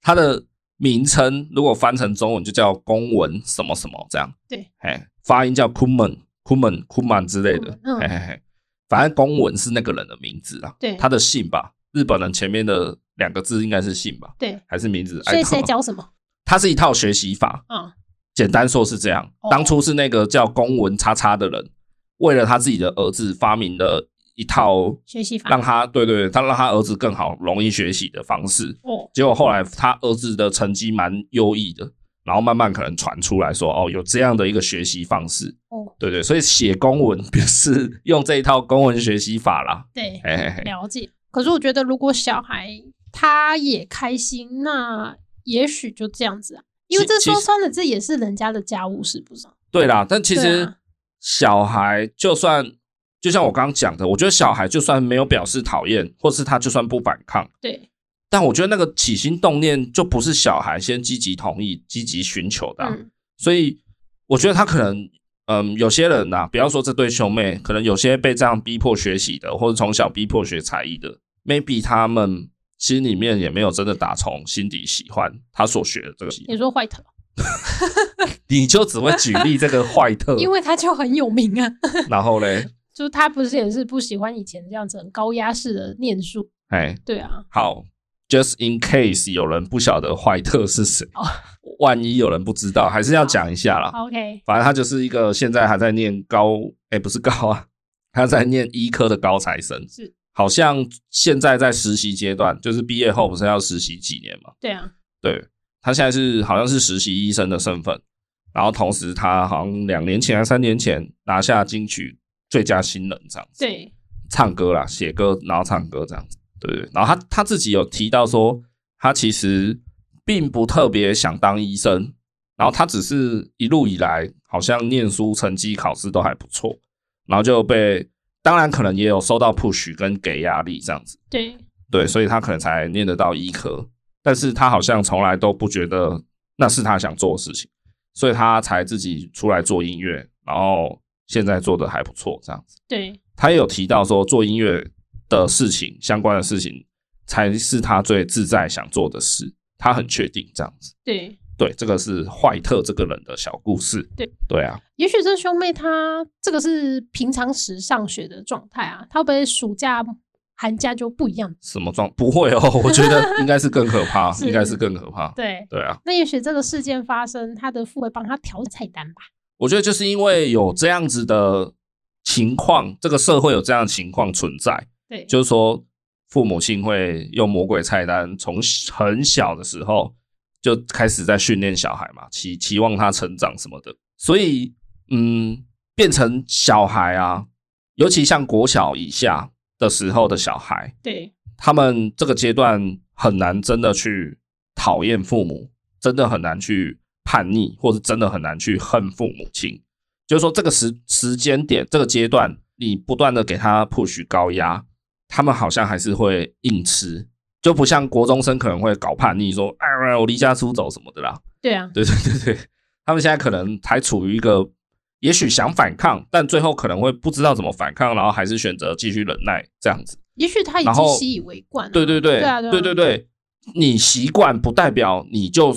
他的名称如果翻成中文就叫公文什么什么这样，对，哎，发音叫 kuman kuman kuman 之类的，嗯嘿嘿嘿，反正公文是那个人的名字啊，对他的姓吧，日本人前面的两个字应该是姓吧，对，还是名字？所以哎是在教什么它是一套学习法，啊？简单说是这样哦，当初是那个叫公文叉叉的人，为了他自己的儿子发明了一套学习法让他对对对，他让他儿子更好容易学习的方式。哦，结果后来他儿子的成绩蛮优异的，然后慢慢可能传出来说，哦，有这样的一个学习方式，哦，对对，所以写公文 不是用这一套公文学习法啦，对，嘿嘿嘿，了解。可是我觉得，如果小孩他也开心，那也许就这样子啊，因为其这其说实穿了，这也是人家的家务，是不是？对啦，但其对实啊小孩就算。就像我刚刚讲的，我觉得小孩就算没有表示讨厌，或是他就算不反抗，对但我觉得那个起心动念就不是小孩先积极同意、积极寻求的啊、嗯，所以我觉得他可能，嗯，有些人呐、不要说这对兄妹，可能有些被这样逼迫学习的，或者从小逼迫学才艺的，maybe 他们心里面也没有真的打从心底喜欢他所学的这个。你说坏头， 你就只会举例这个坏特， 因为他就很有名啊， 然后嘞，就他不是也是不喜欢以前这样子很高压式的念书，哎，对啊，好，just in case 有人不晓得坏特是谁哦，万一有人不知道，还是要讲一下啦。 OK，反正他就是一个现在还在念高，哎、不是高啊，他在念医科的高材生，是好像现在在实习阶段，就是毕业后不是要实习几年嘛？对啊，对，他现在是好像是实习医生的身份，然后同时他好像两年前还三年前拿下金曲最佳新人这样子，对唱歌啦，写歌然后唱歌这样子，对不对？然后他他自己有提到说，他其实并不特别想当医生，然后他只是一路以来好像念书成绩考试都还不错，然后就被当然可能也有受到 push 跟给压力这样子，对，对，所以他可能才念得到医科，但是他好像从来都不觉得那是他想做的事情，所以他才自己出来做音乐，然后现在做的还不错这样子。对他也有提到说，做音乐的事情相关的事情才是他最自在想做的事，他很确定这样子。对，对，这个是坏特这个人的小故事。对对啊，也许这兄妹他这个是平常时上学的状态啊，他会不会暑假寒假就不一样？什么状不会哦？我觉得应该是更可怕， 是应该是更可怕。对，对啊，那也许这个事件发生，他的父会帮他调菜单吧？我觉得就是因为有这样子的情况，这个社会有这样的情况存在，对，就是说父母亲会用魔鬼菜单，从很小的时候就开始在训练小孩嘛，期期望他成长什么的，所以嗯，变成小孩啊，尤其像国小以下的时候的小孩，对他们这个阶段很难真的去讨厌父母，真的很难去叛逆，或是真的很难去恨父母亲。就是说，这个时时间点、这个阶段，你不断的给他 push 高压，他们好像还是会硬吃，就不像国中生可能会搞叛逆，说“哎，我离家出走”什么的啦。对啊，对对对对，他们现在可能还处于一个，也许想反抗，但最后可能会不知道怎么反抗，然后还是选择继续忍耐这样子。也许他已然经后习以为惯了。对对对，对啊对啊对对对你习惯不代表你就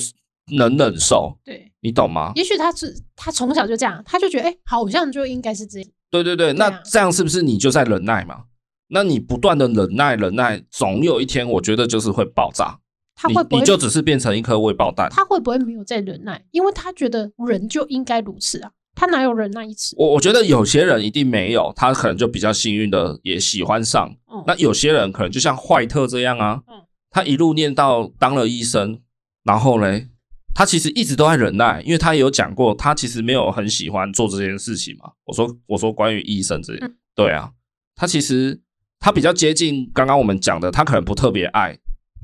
能忍受，对，你懂吗？也许他是他从小就这样，他就觉得哎、好像就应该是这样。对对对，对啊那这样是不是你就在忍耐嘛？那你不断的忍耐忍耐，总有一天我觉得就是会爆炸。他会你不会你就只是变成一颗未爆弹？他会不会没有在忍耐？因为他觉得人就应该如此啊，他哪有忍耐一次？我我觉得有些人一定没有，他可能就比较幸运的也喜欢上。嗯那有些人可能就像坏特这样啊嗯，他一路念到当了医生，然后嘞，他其实一直都在忍耐，因为他也有讲过，他其实没有很喜欢做这件事情嘛。我说我说关于医生这嗯，对啊，他其实他比较接近刚刚我们讲的，他可能不特别爱，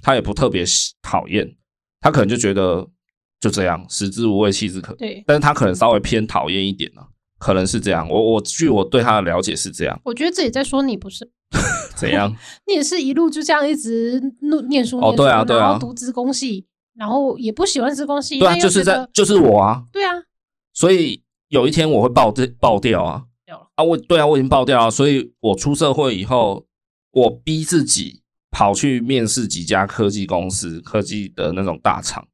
他也不特别喜讨厌，他可能就觉得就这样，食之无味，弃之可。对，但是他可能稍微偏讨厌一点啊，可能是这样。我我据我对他的了解是这样，我觉得这也在说你不是，怎样？你也是一路就这样一直念念书，哦念书对啊对啊然后读职工系，然后也不喜欢职工系，对啊，但又就是觉在得就是我啊，对啊，所以有一天我会爆掉爆掉啊掉了啊！我对啊，我已经爆掉了，所以我出社会以后，我逼自己跑去面试几家科技公司、科技的那种大厂，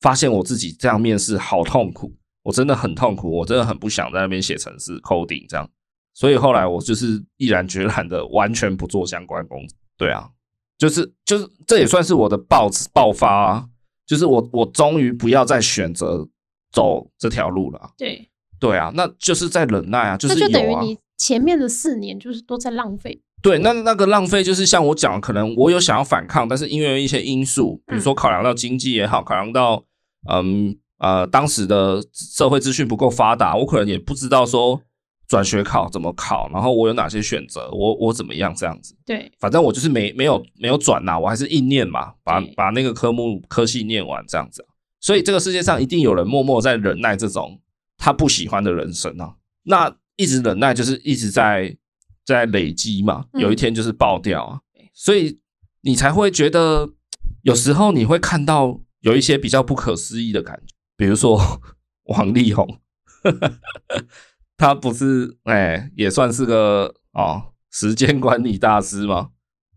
发现我自己这样面试好痛苦，我真的很痛苦，我真的很不想在那边写程式 coding 这样，所以后来我就是毅然决然的完全不做相关工作。对啊，就是就是这也算是我的爆爆发啊，就是我我终于不要再选择走这条路了啊。对，对啊，那就是在忍耐啊，就那是就等有于啊。你前面的四年就是都在浪费，对，那那个浪费就是像我讲的，可能我有想要反抗，但是因为一些因素，嗯比如说考量到经济也好，考量到嗯呃当时的社会资讯不够发达，我可能也不知道说转学考怎么考，然后我有哪些选择，我我怎么样这样子。对，反正我就是没没有没有转呐、我还是硬念嘛，把对把那个科目科系念完这样子啊、所以这个世界上一定有人默默在忍耐这种他不喜欢的人生啊。那一直忍耐就是一直在在累积嘛，嗯有一天就是爆掉啊。所以你才会觉得有时候你会看到有一些比较不可思议的感觉，比如说 王力宏，他不是哎、也算是个哦时间管理大师吗？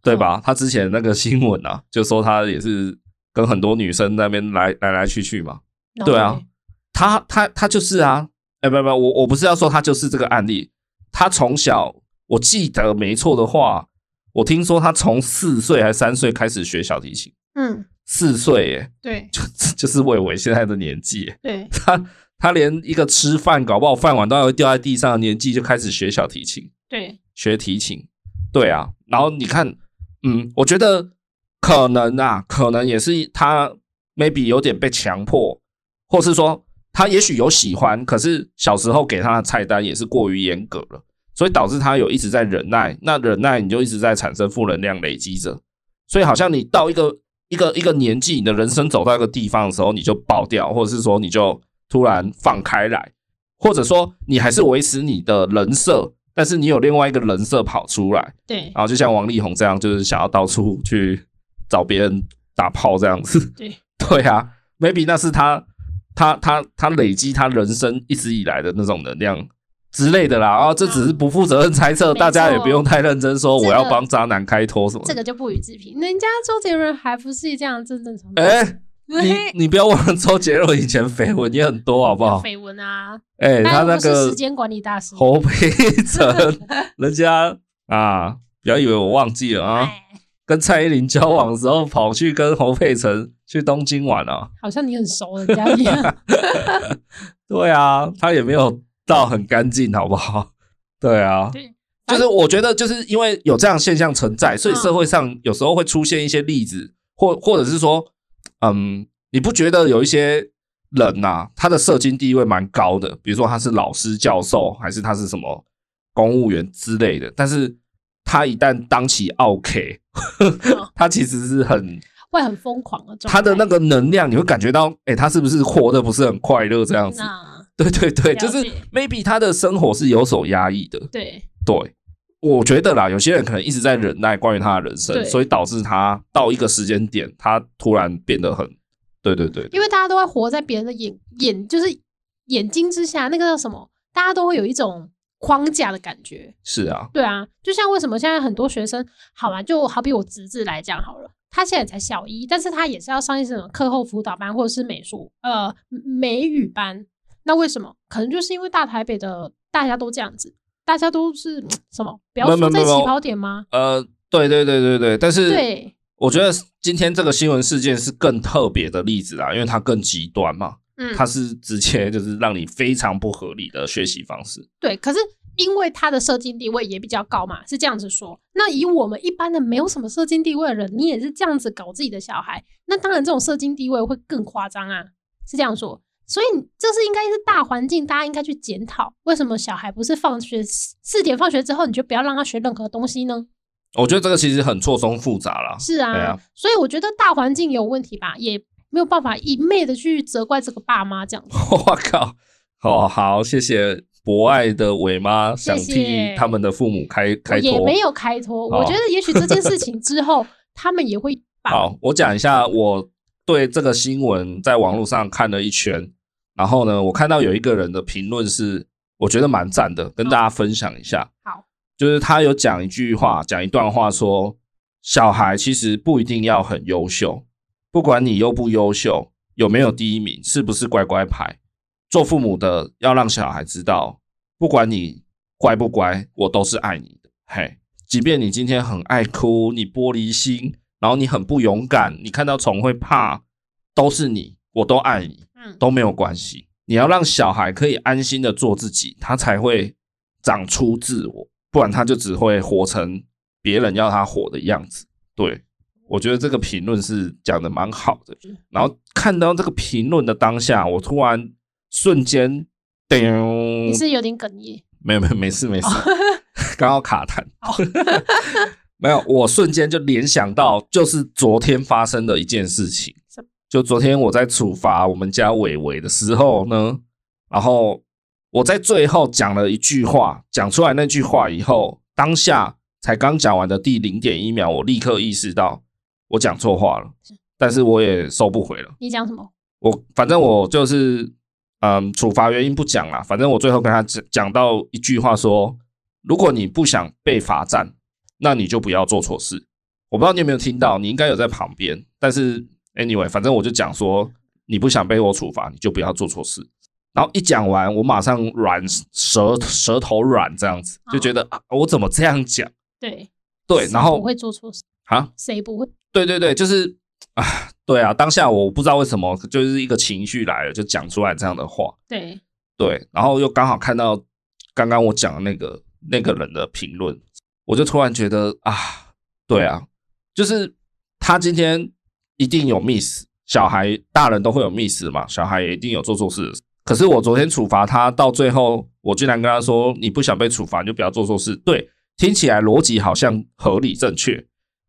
对吧？他之前那个新闻啊，就说他也是跟很多女生那边来来来去去嘛。然后对啊嘞，他他他就是啊，哎、不不，我我不是要说他就是这个案例。他从小，我记得没错的话，我听说他从四岁还三岁开始学小提琴，嗯，四岁耶， 对就就是伟伟现在的年纪耶，对， 他他连一个吃饭搞不好饭碗都要掉在地上的年纪就开始学小提琴。对，学提琴，对啊。然后你看，嗯，我觉得可能啊，可能也是他 maybe 有点被强迫，或是说他也许有喜欢，可是小时候给他的菜单也是过于严格了，所以导致他有一直在忍耐。那忍耐你就一直在产生负能量累积着，所以好像你到一个一个一个年纪，你的人生走到一个地方的时候，你就爆掉，或者是说你就突然放开来。或者说你还是维持你的人设，但是你有另外一个人设跑出来，对，然后就像王力宏这样，就是想要到处去找别人打炮这样子。 对，对啊，maybe 那是他他他他累积他人生一直以来的那种能量之类的啦。啊，这只是不负责任猜测，嗯没错大家也不用太认真说这我个要帮渣男开脱什么这的。个就不予置评。人家周杰伦还不是这样正正常常，哎、 嘿你你不要忘了周杰伦以前绯闻也很多，好不 好？绯闻啊，哎、他他又那不是个时间管理大师，侯佩岑， 人家啊，不要以为我忘记了啊，哎，跟蔡依林交往的时候，跑去跟侯佩岑去东京玩啊。好像你很熟人家 一样。对啊，他也没有到很干净，好不好？对啊，对，就是我觉得就是因为有这样现象存在，所以社会上有时候会出现一些例子，或或者是说，嗯，你不觉得有一些人呐、他的社经地位蛮高的，比如说他是老师、教授，还是他是什么公务员之类的，但是他一旦当起 OK，他其实是很会很疯狂的状态。他的那个能量，你会感觉到，哎、他是不是活得不是很快乐这样子？那 对对对，嗯了就是 maybe 解他的生活是有所压抑的，对对，我觉得啦，有些人可能一直在忍耐关于他的人生，对所以导致他到一个时间点，他突然变得很，对对对，因为大家都会活在别人的眼眼，就是眼睛之下，那个叫什么？大家都会有一种框架的感觉。是啊，对啊，就像为什么现在很多学生，好吧，就好比我侄子来讲好了，他现在才小一，但是他也是要上一些什么课后辅导班或者是美术呃美语班。那为什么？可能就是因为大台北的大家都这样子，大家都是什么？没不要有输没在有没有起跑点吗？呃，对对对对对，但是对，我觉得今天这个新闻事件是更特别的例子啦，因为它更极端嘛，嗯，它是直接就是让你非常不合理的学习方式。对，可是因为他的社经地位也比较高嘛，是这样子说。那以我们一般的没有什么社经地位的人，你也是这样子搞自己的小孩，那当然这种社经地位会更夸张啊，是这样说。所以这是应该是大环境，大家应该去检讨，为什么小孩不是放学四四点放学之后你就不要让他学任何东西呢？我觉得这个其实很错综复杂啦。是啊，对啊所以我觉得大环境有问题吧，也没有办法一昧的去责怪这个爸妈这样子。 我靠！哦，好，谢谢博爱的伟妈，想谢替他们的父母开开脱。也没有开脱，哦我觉得也许这件事情之后， 他们也会把好，我讲一下我对这个新闻在网络上看了一圈，然后呢，我看到有一个人的评论是，我觉得蛮赞的，跟大家分享一下。好，就是他有讲一句话，讲一段话说，小孩其实不一定要很优秀，不管你优不优秀，有没有第一名，是不是乖乖牌，做父母的要让小孩知道，不管你乖不乖，我都是爱你的。嘿，即便你今天很爱哭，你玻璃心，然后你很不勇敢，你看到虫会怕，都是你，我都爱你。嗯都没有关系。你要让小孩可以安心的做自己，他才会长出自我，不然他就只会活成别人要他活的样子。对我觉得这个评论是讲的蛮好的。然后看到这个评论的当下，我突然瞬间，叮，嗯你是有点哽咽，没有没有没事没事，哦 刚好卡痰。 没有，我瞬间就联想到，就是昨天发生的一件事情什么。就昨天我在处罚我们家伟伟的时候呢，然后我在最后讲了一句话，讲出来那句话以后，当下才刚讲完的第零点一秒，我立刻意识到我讲错话了，但是我也收不回了。你讲什么？我反正我就是，嗯，处罚原因不讲啦，反正我最后跟他讲讲到一句话说，如果你不想被罚站，那你就不要做错事。我不知道你有没有听到，你应该有在旁边，但是 anyway，反正我就讲说，你不想被我处罚，你就不要做错事。然后一讲完，我马上软舌舌头软这样子，就觉得啊，我怎么这样讲？对对，然不后会做错事，啊，谁不会？对对对，就是啊，对啊，当下我不知道为什么，就是一个情绪来了，就讲出来这样的话。对，对，然后又刚好看到刚刚我讲的那个那个人的评论，我就突然觉得啊，对啊，就是他今天一定有 miss，小孩大人都会有 miss 嘛，小孩也一定有做错事。可是我昨天处罚他，到最后我居然跟他说：“你不想被处罚，你就不要做错事。”对，听起来逻辑好像合理正确，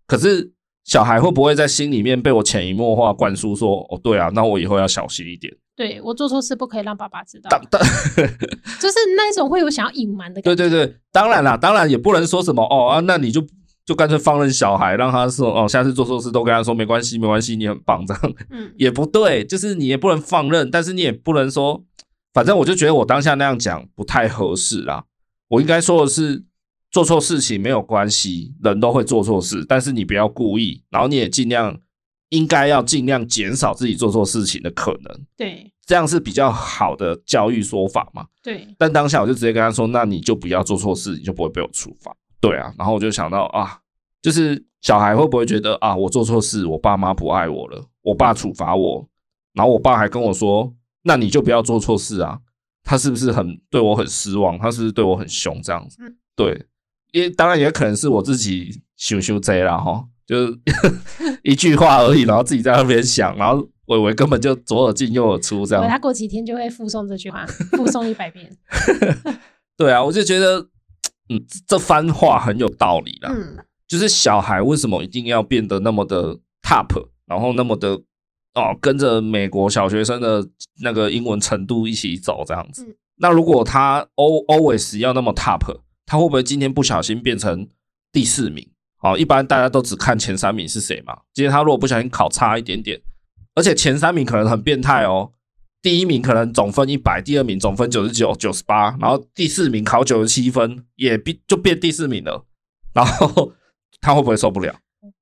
可是小孩会不会在心里面被我潜移默化灌输说：“哦，对啊，那我以后要小心一点。对我做错事不可以让爸爸知道，当”当就是那一种会有想要隐瞒的感对觉。对对，当然啦，当然也不能说什么哦啊，那你就就干脆放任小孩，让他说哦，下次做错事都跟他说没关系，没关系，你很棒，这样嗯，也不对，就是你也不能放任，但是你也不能说，反正我就觉得我当下那样讲不太合适啦。我应该说的是，做错事情没有关系，人都会做错事，但是你不要故意，然后你也尽量应该要尽量减少自己做错事情的可能，对这样是比较好的教育说法嘛。对，但当下我就直接跟他说：“那你就不要做错事，你就不会被我处罚。”对啊，然后我就想到啊，就是小孩会不会觉得啊，我做错事，我爸妈不爱我了，我爸处罚我，然后我爸还跟我说：“那你就不要做错事啊。”他是不是很对我很失望？他是不是对我很凶这样子嗯？对，也当然也可能是我自己羞羞贼啦哈，就是 一句话而已，然后自己在那边想，然后伟伟根本就左耳进右耳出这样对。他过几天就会附送这句话，附送一 百遍。对啊，我就觉得，嗯，这这番话很有道理啦。嗯，就是小孩为什么一定要变得那么的 top，然后那么的哦，跟着美国小学生的那个英文程度一起走这样子。嗯那如果他 al always 要那么 top，他会不会今天不小心变成第四名？哦，一般大家都只看前三名是谁嘛。今天他如果不小心考差一点点，而且前三名可能很变态哦。第一名可能总分一百，第二名总分九十九、九十八，然后第四名考九十七分，也变就变第四名了。然后 他会不会受不了？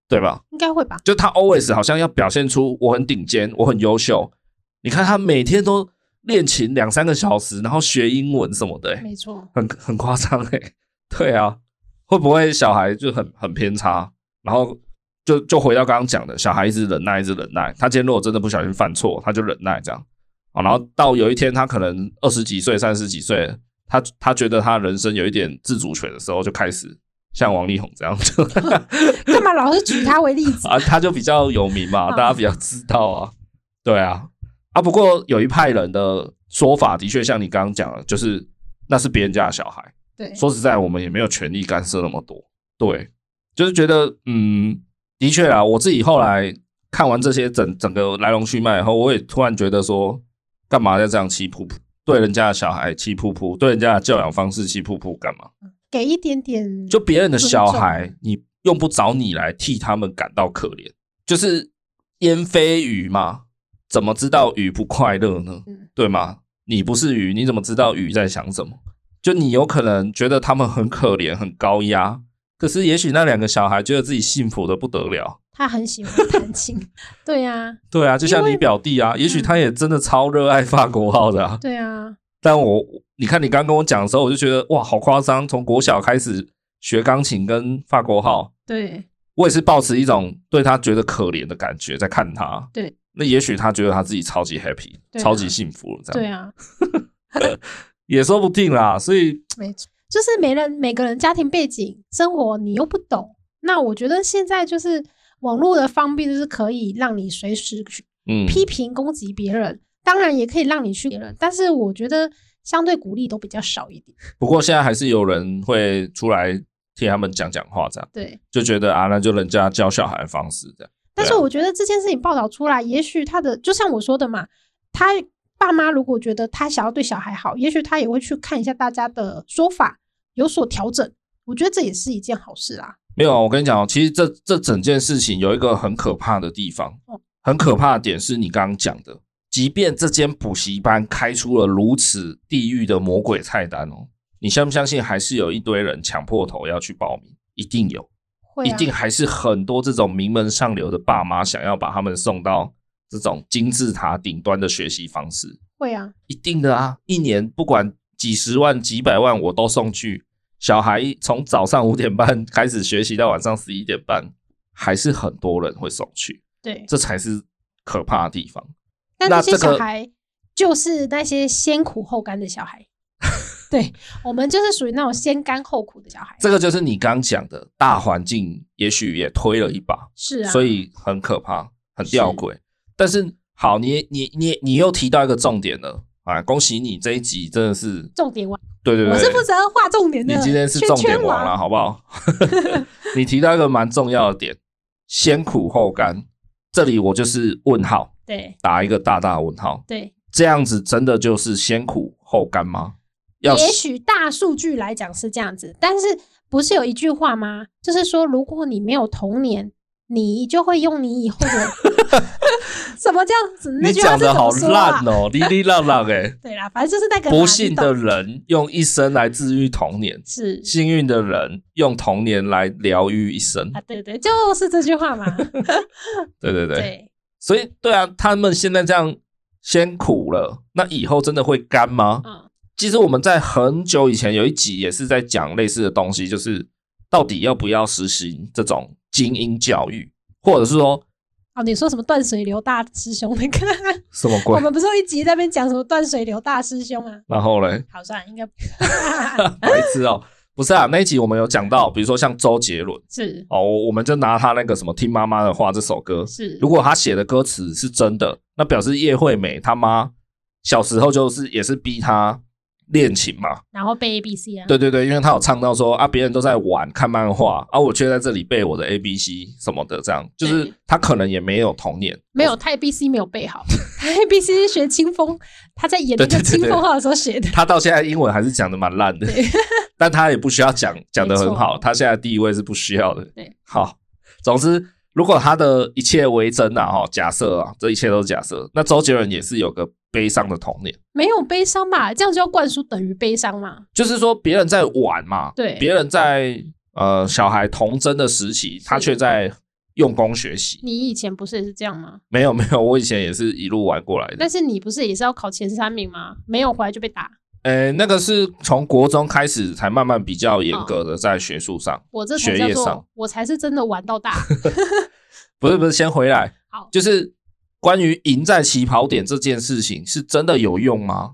对吧？应该会吧？就他 always 好像要表现出我很顶尖，我很优秀。你看他每天都练琴两三个小时，然后学英文什么的、欸，没错，很很夸张哎。对啊，会不会小孩就很很偏差？然后就就回到刚刚讲的，小孩一直忍耐，一直忍耐。他今天如果真的不小心犯错，他就忍耐这样啊。然后到有一天他可能二十几岁、三十几岁了，他他觉得他人生有一点自主权的时候，就开始像王力宏这样就 干嘛老是举他为例子？啊，他就比较有名嘛，大家比较知道啊。对啊，啊，不过有一派人的说法的确像你刚刚讲的，就是那是别人家的小孩。对，说实在，我们也没有权利干涉那么多。对，就是觉得，嗯，的确啊，我自己后来看完这些整整个来龙去脉以后，我也突然觉得说，干嘛要这样气噗噗？对人家的小孩气噗噗，对人家的教养方式气噗噗干嘛？给一点点，就别人的小孩，你用不着你来替他们感到可怜。就是燕飞鱼嘛，怎么知道鱼不快乐呢？嗯对吗？你不是鱼，你怎么知道鱼在想什么？就你有可能觉得他们很可怜、很高压，可是也许那两个小孩觉得自己幸福的不得了。他很喜欢弹琴， 对啊，对啊，就像因为嗯你表弟啊，也许他也真的超热爱法国号的、啊。对啊，但我你看你刚跟我讲的时候，我就觉得哇，好夸张！从国小开始学钢琴跟法国号，对我也是抱持一种对他觉得可怜的感觉在看他。对，那也许他觉得他自己超级 happy，、对啊超级幸福了，这样对啊，也说不定啦。所以没错，就是每人每个人家庭背景、生活你又不懂，那我觉得现在就是网络的方便，就是可以让你随时去嗯，批评攻击别人，当然也可以让你去别人，但是我觉得相对鼓励都比较少一点。不过现在还是有人会出来替他们讲讲话，这样对，就觉得啊，那就人家教小孩的方式这样。但是我觉得这件事情报道出来，也许他的就像我说的嘛，他爸妈如果觉得他想要对小孩好，也许他也会去看一下大家的说法，有所调整。我觉得这也是一件好事啦。没有啊，我跟你讲哦，其实这这整件事情有一个很可怕的地方哦，很可怕的点是你刚刚讲的，即便这间补习班开出了如此地狱的魔鬼菜单哦，你相不相信还是有一堆人抢破头要去报名？一定有，会一啊，定还是很多这种名门上流的爸妈想要把他们送到这种金字塔顶端的学习方式。会啊，一定的啊，一年不管几十万、几百万，我都送去。小孩从早上五点半 开始学习到晚上十一点半，还是很多人会送去，对。这才是可怕的地方。但那这些这个小孩就是那些先苦后甘的小孩， 对我们就是属于那种先甘后苦的小孩。这个就是你刚讲的大环境，也许也推了一把，是啊，所以很可怕，很吊诡。但是好，你你你你又提到一个重点了啊！恭喜你这一集真的是，重点完，对对对，我是负责画重点的。你今天是重点王了，了，好不 好？ 你提到一个蛮重要的点，先苦后甘，这里我就是问号，对打一个大大的问号。对，这样子真的就是先苦后甘吗？要也许大数据来讲是这样子，但是不是有一句话吗？就是说，如果你没有童年，你就会用你以后的 什么这样子？那你句话讲是怎的好么说啊！烂。哦，哩哩浪浪哎 对啦，反正就是那个啦不幸的你懂人用一生来治愈童年，是幸运的人用童年来疗愈一生。啊，对对，就是这句话 嘛。对对对，对，所以对啊，他们现在这样先苦了，那以后真的会甘吗？嗯，其实我们在很久以前有一集也是在讲类似的东西，就是到底要不要实行这种精英教育，或者是说哦，你说什么断水流大师兄 那个？什么我鬼？们不是有一集在那边讲什么断水流大师兄啊？然后嘞， 好，算了，应该不 白痴哦，不是啊，那一集我们有讲到，比如说像周杰伦是哦，我我们就拿他那个什么《听妈妈的话》这首歌，是如果他写的歌词是真的，那表示叶惠美他妈小时候就是也是逼他练琴嘛，然后背 A B C 啊，对对对，因为他有唱到说啊，别人都在玩看漫画，啊，我却在这里背我的 A B C 什么的，这样就是对他可能也没有童年，没有，他 A B C 没有背好， 他 A B C 是学清风，他在演那对个对对清对风号的时候学的。他到现在英文还是讲的蛮烂的， 但他也不需要讲讲的很好，没错他现在地位是不需要的。对，好，总之。如果他的一切为真啊，哈，假设啊，这一切都是假设，那周杰伦也是有个悲伤的童年，没有悲伤嘛，这样就要灌输等于悲伤嘛？就是说别人在玩嘛，对别人在呃小孩童真的时期，他却在用功学习。你以前不是也是这样吗？没有没有，我以前也是一路玩过来的但。是你不是也是要考前三名吗？没有回来就被打。呃，那个是从国中开始才慢慢比较严格嗯的在学术上，我这才叫学业上做，我才是真的玩到大。 不是不是，先回来，好，就是关于赢在起跑点这件事情，是真的有用吗？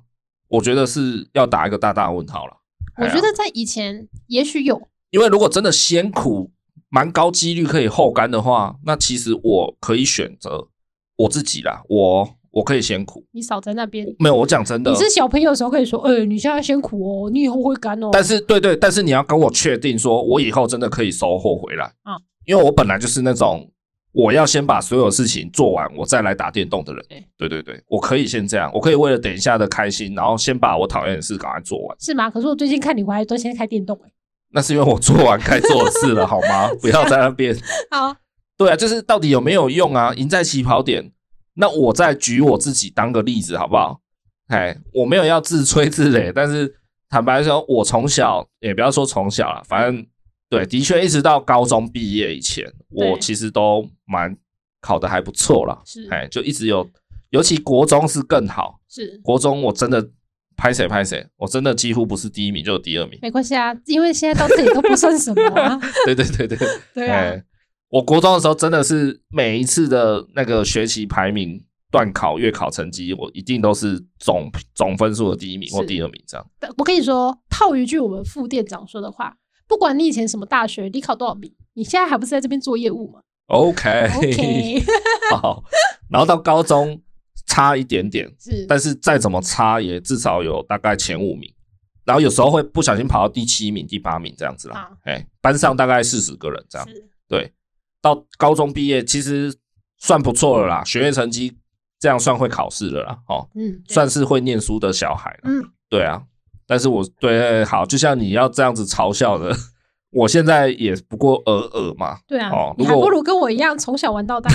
我觉得是要打一个大大问号了。我哎觉呀得在以前也许有，因为如果真的先苦，蛮高几率可以后甘的话，那其实我可以选择我自己啦，我我可以先苦，你少在那边。没有我讲真的你，是小朋友的时候可以说，哎、你现在先苦哦，你以后会干哦。但是对对，但是你要跟我确定说，我以后真的可以收获回来，嗯因为我本来就是那种我要先把所有事情做完，我再来打电动的人对，对对对，我可以先这样，我可以为了等一下的开心，然后先把我讨厌的事赶快做完，是吗？可是我最近看你回来都先开电动哎、那是因为我做完该做的事了，好吗？不要在那边。好，对啊，就是到底有没有用啊？赢在起跑点。那我再举我自己当个例子好不好？哎，我没有要自吹自擂，但是坦白说，我从小也不要说从小了，反正对，的确一直到高中毕业以前，我对其实都蛮考的还不错啦。是哎，就一直有，尤其国中是更好，是国中我真的拍谁拍谁，我真的几乎不是第一名就是第二名。 没关系啊，因为现在到这里都不算什么啊。对对对对。对哎，啊，我国中的时候真的是每一次的那个学习排名、段考、月考成绩，我一定都是总总分数的第一名或是第二名这样。但我跟你说，套一句我们副店长说的话，不管你以前什么大学，你考多少名，你现在还不是在这边做业务吗 OK，, ？OK， 好。然后到高中差一点点，是但是再怎么差也至少有大概前五名，然后有时候会不小心跑到第七名、第八名这样子啦啊。哎、班上大概四十个人这样。是对，到高中毕业其实算不错了啦，学业成绩这样算会考试了啦。哦，嗯，对算是会念书的小孩了。嗯对啊，但是我对好，就像你要这样子嘲笑的，我现在也不过尔尔嘛。对啊，哦你如还果不如跟我一样从小玩 到大。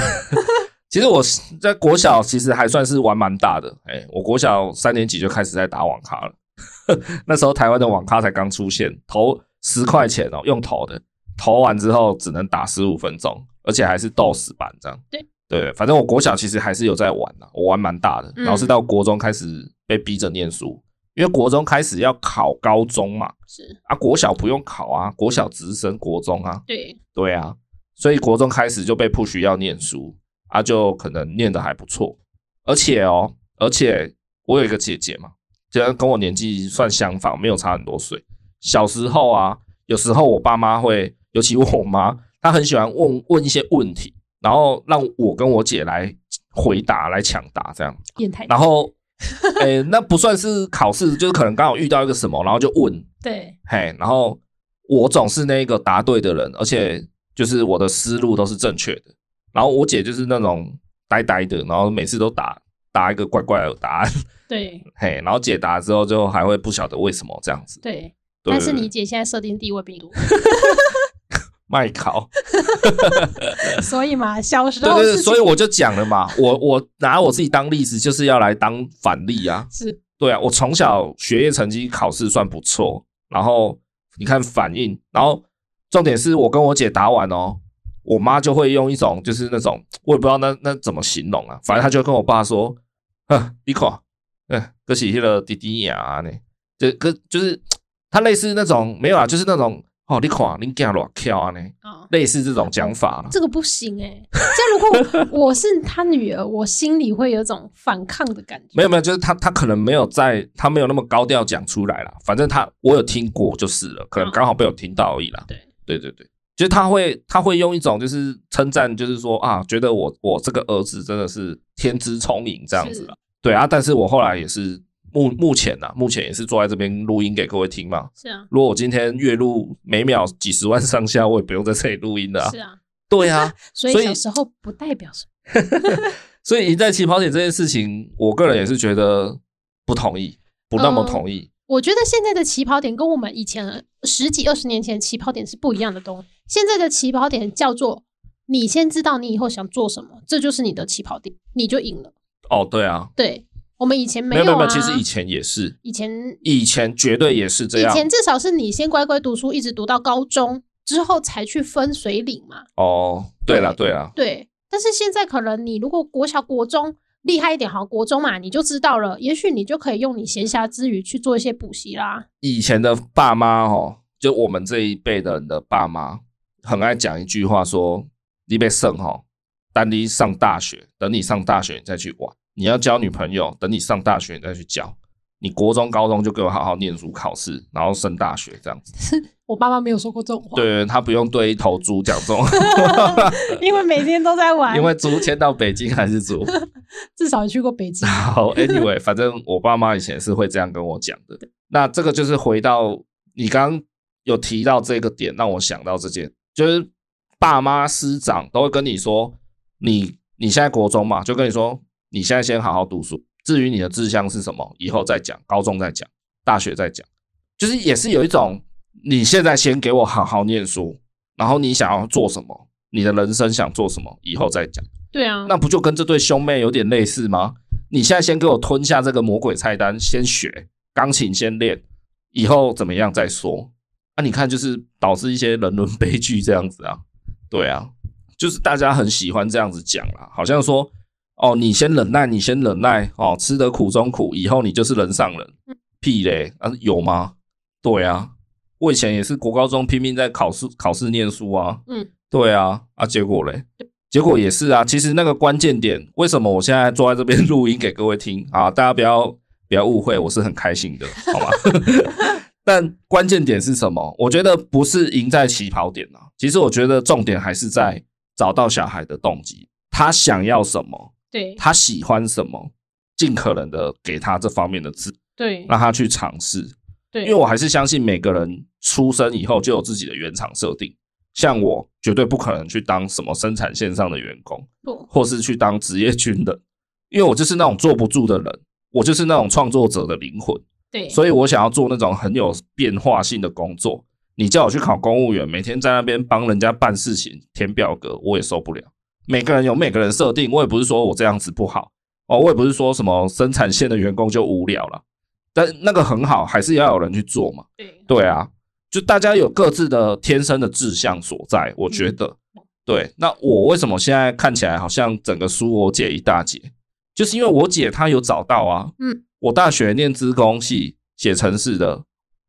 其实我在国小其实还算是玩蛮大的，哎、我国小三年级就开始在打网咖了， 那时候台湾的网咖才刚出现，投十块钱哦，用投的，投完之后只能打十五分钟，而且还是 DOS 版这样。对对，反正我国小其实还是有在玩的，我玩蛮大的，嗯然后是到国中开始被逼着念书，因为国中开始要考高中嘛，是啊，国小不用考啊，国小直升国中啊，对，对啊，所以国中开始就被 push 要念书啊，就可能念的还不错，而且哦，而且我有一个姐姐嘛，虽然跟我年纪算相仿，没有差很多岁。小时候啊，有时候我爸妈会，尤其我妈，她很喜欢问问一些问题，然后让我跟我姐来回答、来抢答这样。变态。然后，诶、那不算是考试，就是可能刚好遇到一个什么，然后就问，对，嘿，然后我总是那个答对的人，而且就是我的思路都是正确的。然后我姐就是那种呆呆的，然后每次都答答一个怪怪的答案，对，嘿，然后解答之后就还会不晓得为什么这样子。对。对但是对你姐现在设定地位比 你多，卖考，所以嘛，小时对候对是对，所以我就讲了嘛，我我拿我自己当例子，就是要来当反例啊。是对啊，我从小学业成绩考试算不错，然后你看反应，然后重点是我跟我姐打完哦，我妈就会用一种就是那种我也不知道那那怎么形容啊，反正她就跟我爸说，哼，你看，嗯，可是那个弟弟呀呢，就跟就是她类似那种没有啊，就是那种哦，你看你干多跳啊呢，啊，类似这种讲法啦。这个不行哎、这样如果我我是他女儿，我心里会有种反抗的感觉。没有没有，就是他他可能没有在，他没有那么高调讲出来啦。反正他我有听过就是了，可能刚好被我听到而已啦。嗯对对对对，就是他会他会用一种就是称赞，就是说啊，觉得我我这个儿子真的是天资聪颖这样子啦。对啊，但是我后来也是目目前呐、目前也是坐在这边录音给各位听嘛。是啊，如果我今天月入每秒几十万上下，我也不用在这里录音了、啊是。啊，对啊，所以所以小时候不代表什么。所以赢在起跑点这件事情，我个人也是觉得不同意，不那么嗯同意。我觉得现在的起跑点跟我们以前十几二十年前的起跑点是不一样的东西。现在的起跑点叫做你先知道你以后想做什么，这就是你的起跑点，你就赢了。哦，对啊，对我们以前没没有啊，没有，其实以前也是，以前以前绝对也是这以样。前至少是你先乖乖读书，一直读到高中，之后才去分水岭嘛。哦，对了对了，对，但是现在可能你如果国小、国中厉害一点，好，国中嘛，你就知道了，也许你就可以用你闲暇之余去做一些补习啦。以前的爸妈哦，就我们这一辈的人的爸妈，很爱讲一句话说：“你被剩哈，等你上大学，等你上大学你再去玩，你要交女朋友，等你上大学你再去交。”你国中、高中就给我好好念书、考试，然后升大学这样子。我爸妈没有说过这种话，对他不用对一头猪讲这种，因为每天都在玩，因为猪迁到北京还是猪。至少也去过北 京。好，anyway，反正我爸妈以前是会这样跟我讲的。那这个就是回到你刚刚有提到这个点，让我想到这件，就是爸妈师长都会跟你说，你你现在国中嘛，就跟你说，你现在先好好读书，至于你的志向是什么，以后再讲，高中再讲，大学再讲，就是也是有一种你现在先给我好好念书，然后你想要做什么，你的人生想做什么，以后再讲。对啊，那不就跟这对兄妹有点类似吗？你现在先给我吞下这个魔鬼菜单，先学钢琴，先练，以后怎么样再说。那、你看，就是导致一些人伦悲剧这样子啊，对啊，就是大家很喜欢这样子讲啦，好像说哦，你先忍耐，你先忍耐哦，吃得苦中苦，以后你就是人上人，屁嘞啊，有吗？对啊，我以前也是国高中拼命在考试考试念书啊，嗯，对啊，啊，结果嘞，结果也是啊。其实那个关键点，为什么我现在坐在这边录音给各位听啊？大家不要不要误会，我是很开心的，好吗？但关键点是什么？我觉得不是赢在起跑点啊。其实我觉得重点还是在找到小孩的动机，他想要什么，对他喜欢什么，尽可能的给他这方面的资，对让他去尝试。对，因为我还是相信每个人出生以后就有自己的原厂设定。像我绝对不可能去当什么生产线上的员工，我或是去当职业军人，因为我就是那种坐不住的人，我就是那种创作者的灵魂，对，所以我想要做那种很有变化性的工作。你叫我去考公务员，每天在那边帮人家办事情、填表格，我也受不了。每个人有每个人设定，我也不是说我这样子不好哦，我也不是说什么生产线的员工就无聊了，但那个很好，还是要有人去做嘛。对对啊，就大家有各自的天生的志向所在，我觉得。对，那我为什么现在看起来好像整个输我姐一大截？就是因为我姐她有找到啊。嗯，我大学念资工系，写程式的，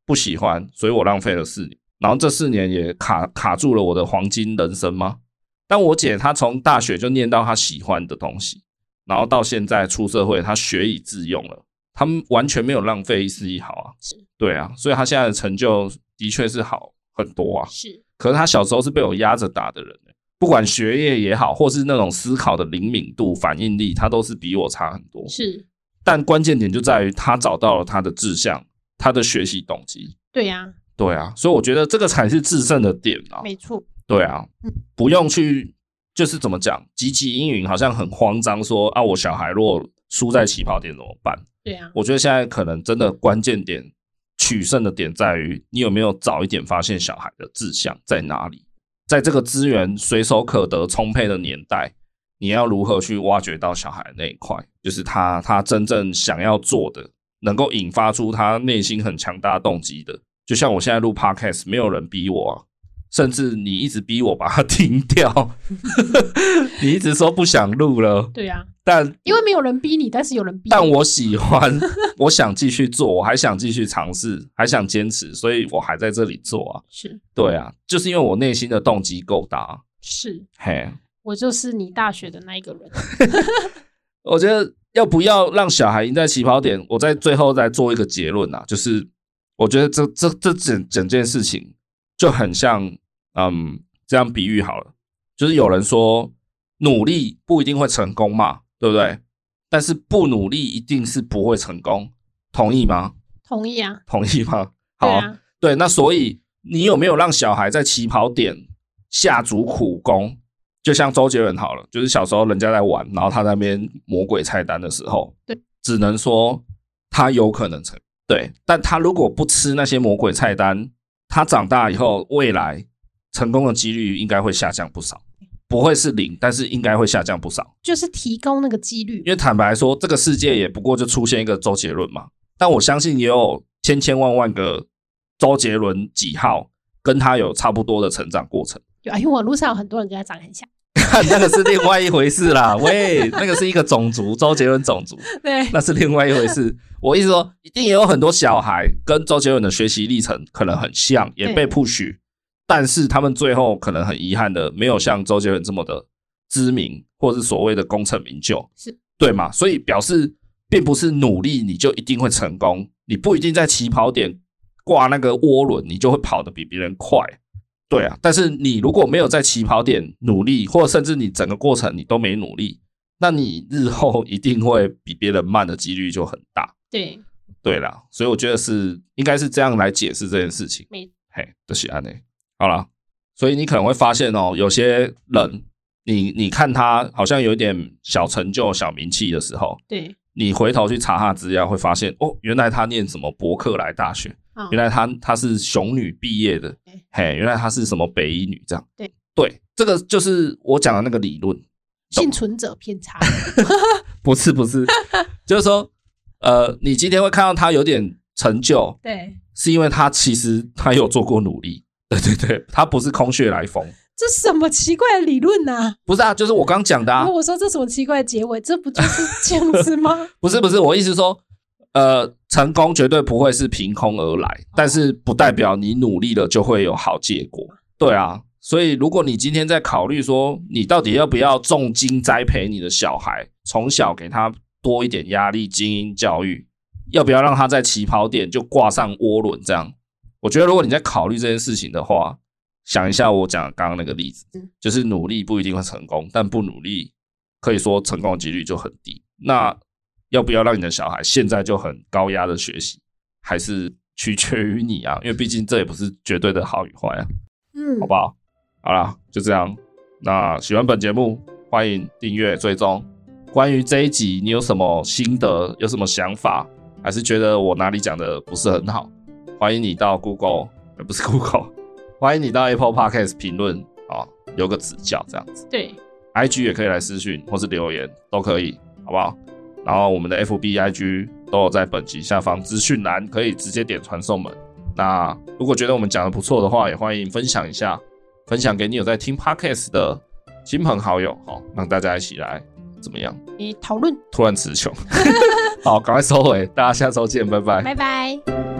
不喜欢，所以我浪费了四年。然后这四年也卡卡住了我的黄金人生吗？但我姐她从大学就念到她喜欢的东西，然后到现在出社会，她学以致用了，她们完全没有浪费一丝一毫啊。对啊，所以他现在的成就的确是好很多啊。是，可是他小时候是被我压着打的人、欸，不管学业也好，或是那种思考的灵敏度、反应力，他都是比我差很多。是，但关键点就在于他找到了他的志向，他的学习动机。对呀、对啊，所以我觉得这个才是制胜的点啊啊，。没错，对啊嗯，不用去就是怎么讲，汲汲营营，好像很慌张说啊，我小孩如果输在起跑点怎么办？对啊呀、我觉得现在可能真的关键点取胜的点在于你有没有早一点发现小孩的志向在哪里，在这个资源随手可得、充沛的年代，你要如何去挖掘到小孩那一块，就是他他真正想要做的，能够引发出他内心很强大的动机的。就像我现在录 podcast，没有人逼我啊。甚至你一直逼我把它 停掉，你一直说不想录了，对呀、但因为没有人逼你，但是有人逼你，嗯但我喜欢， 我想继续做，我还想继续尝试，还想坚持，所以我还在这里做啊。是对啊，就是因为我内心的动机够大。是，嘿，我就是你大学的那一个人，我觉得要不要让小孩赢在起跑点？我在最后再做一个结论啊，就是我觉得这这这整整件事情就很像，嗯，这样比喻好了，就是有人说努力不一定会成功嘛，对不对？但是不努力一定是不会成功，同意吗？同意啊，同意吗？好，对啊，对，那所以你有没有让小孩在起跑点下足苦功？就像周杰伦好了，就是小时候人家在玩，然后他在那边魔鬼菜单的时候，对，只能说他有可能成，对，但他如果不吃那些魔鬼菜单，他长大以后未来成功的几率应该会下降不少，不会是零，但是应该会下降不少。就是提高那个几率因，为坦白说，这个世界也不过就出现一个周杰伦嘛。但我相信也有千千万万个周杰伦几号，跟他有差不多的成长过程。有啊，因为网络上有很多人跟他长得很像。看 那个是另外一回事啦，喂，那个是一个种族，周杰伦种族， 对，那是另外一回事。我意思说，一定也有很多小孩跟周杰伦的学习历程可能很像，也被对 push，但是他们最后可能很遗憾的没有像周杰伦这么的知名，或是所谓的功成名就，是对嘛？所以表示并不是努力你就一定会成功，你不一定在起跑点挂那个涡轮，你就会跑得比别人快。对啊，但是你如果没有在起跑点努力，或甚至你整个过程你都没努力，那你日后一定会比别人慢的几率就很大。对，对啦，所以我觉得是应该是这样来解释这件事情。没嘿，的喜安内，好啦，所以你可能会发现哦，有些人，你你看他好像有一点小成就、小名气的时候，对，你回头去查他的资料，会发现哦，原来他念什么伯克莱大学，啊，嗯原来他他是雄女毕业的对，嘿，原来他是什么北一女这样。对对，这个就是我讲的那个理论。幸存者偏 差，不是不 是，就是说，呃，你今天会看到他有点成就，对，是因为他其实他有做过努力。 对对对，他不是空穴来风，这什么奇怪的理论呐、不是啊，就是我刚讲的然啊后，我说这什么奇怪的结尾，这不就是这样子 吗？不是不是，我意思说，呃，成功绝对不会是凭空而来，但是不代表你努力了就会有好结果。对啊，所以如果你今天在考虑说，你到底要不要重金栽培你的小孩，从小给他多一点压力，精英教育，要不要让他在起跑点就挂上涡轮这样？我觉得如果你在考虑这件事情的话，想一下我讲刚刚那个例子嗯，就是努力不一定会成功，但不努力可以说成功的几率就很低。那要不要让你的小孩现在就很高压的学习，还是取决于你啊？因为毕竟这也不是绝对的好与坏啊，嗯好，不好？好啦，就这样。那喜欢本节目，欢迎订阅追踪。关于这一集，你有什么心得？有什么想法？还是觉得我哪里讲的不是很好？欢迎你到 Google，呃不是 Google，欢迎你到 Apple Podcast 评论啊，哦留个指教这样子。对， IG 也可以来私讯或是留言都可以，好不好？然后我们的 FB、IG 都有在本集下方资讯栏，可以直接点传送门。那如果觉得我们讲的不错的话，也欢迎分享一下，分享给你有在听 Podcast 的亲朋好友，好、让大家一起来怎么样？你讨论， 突然词穷，好，赶快收回，大家下周见，拜拜。拜拜。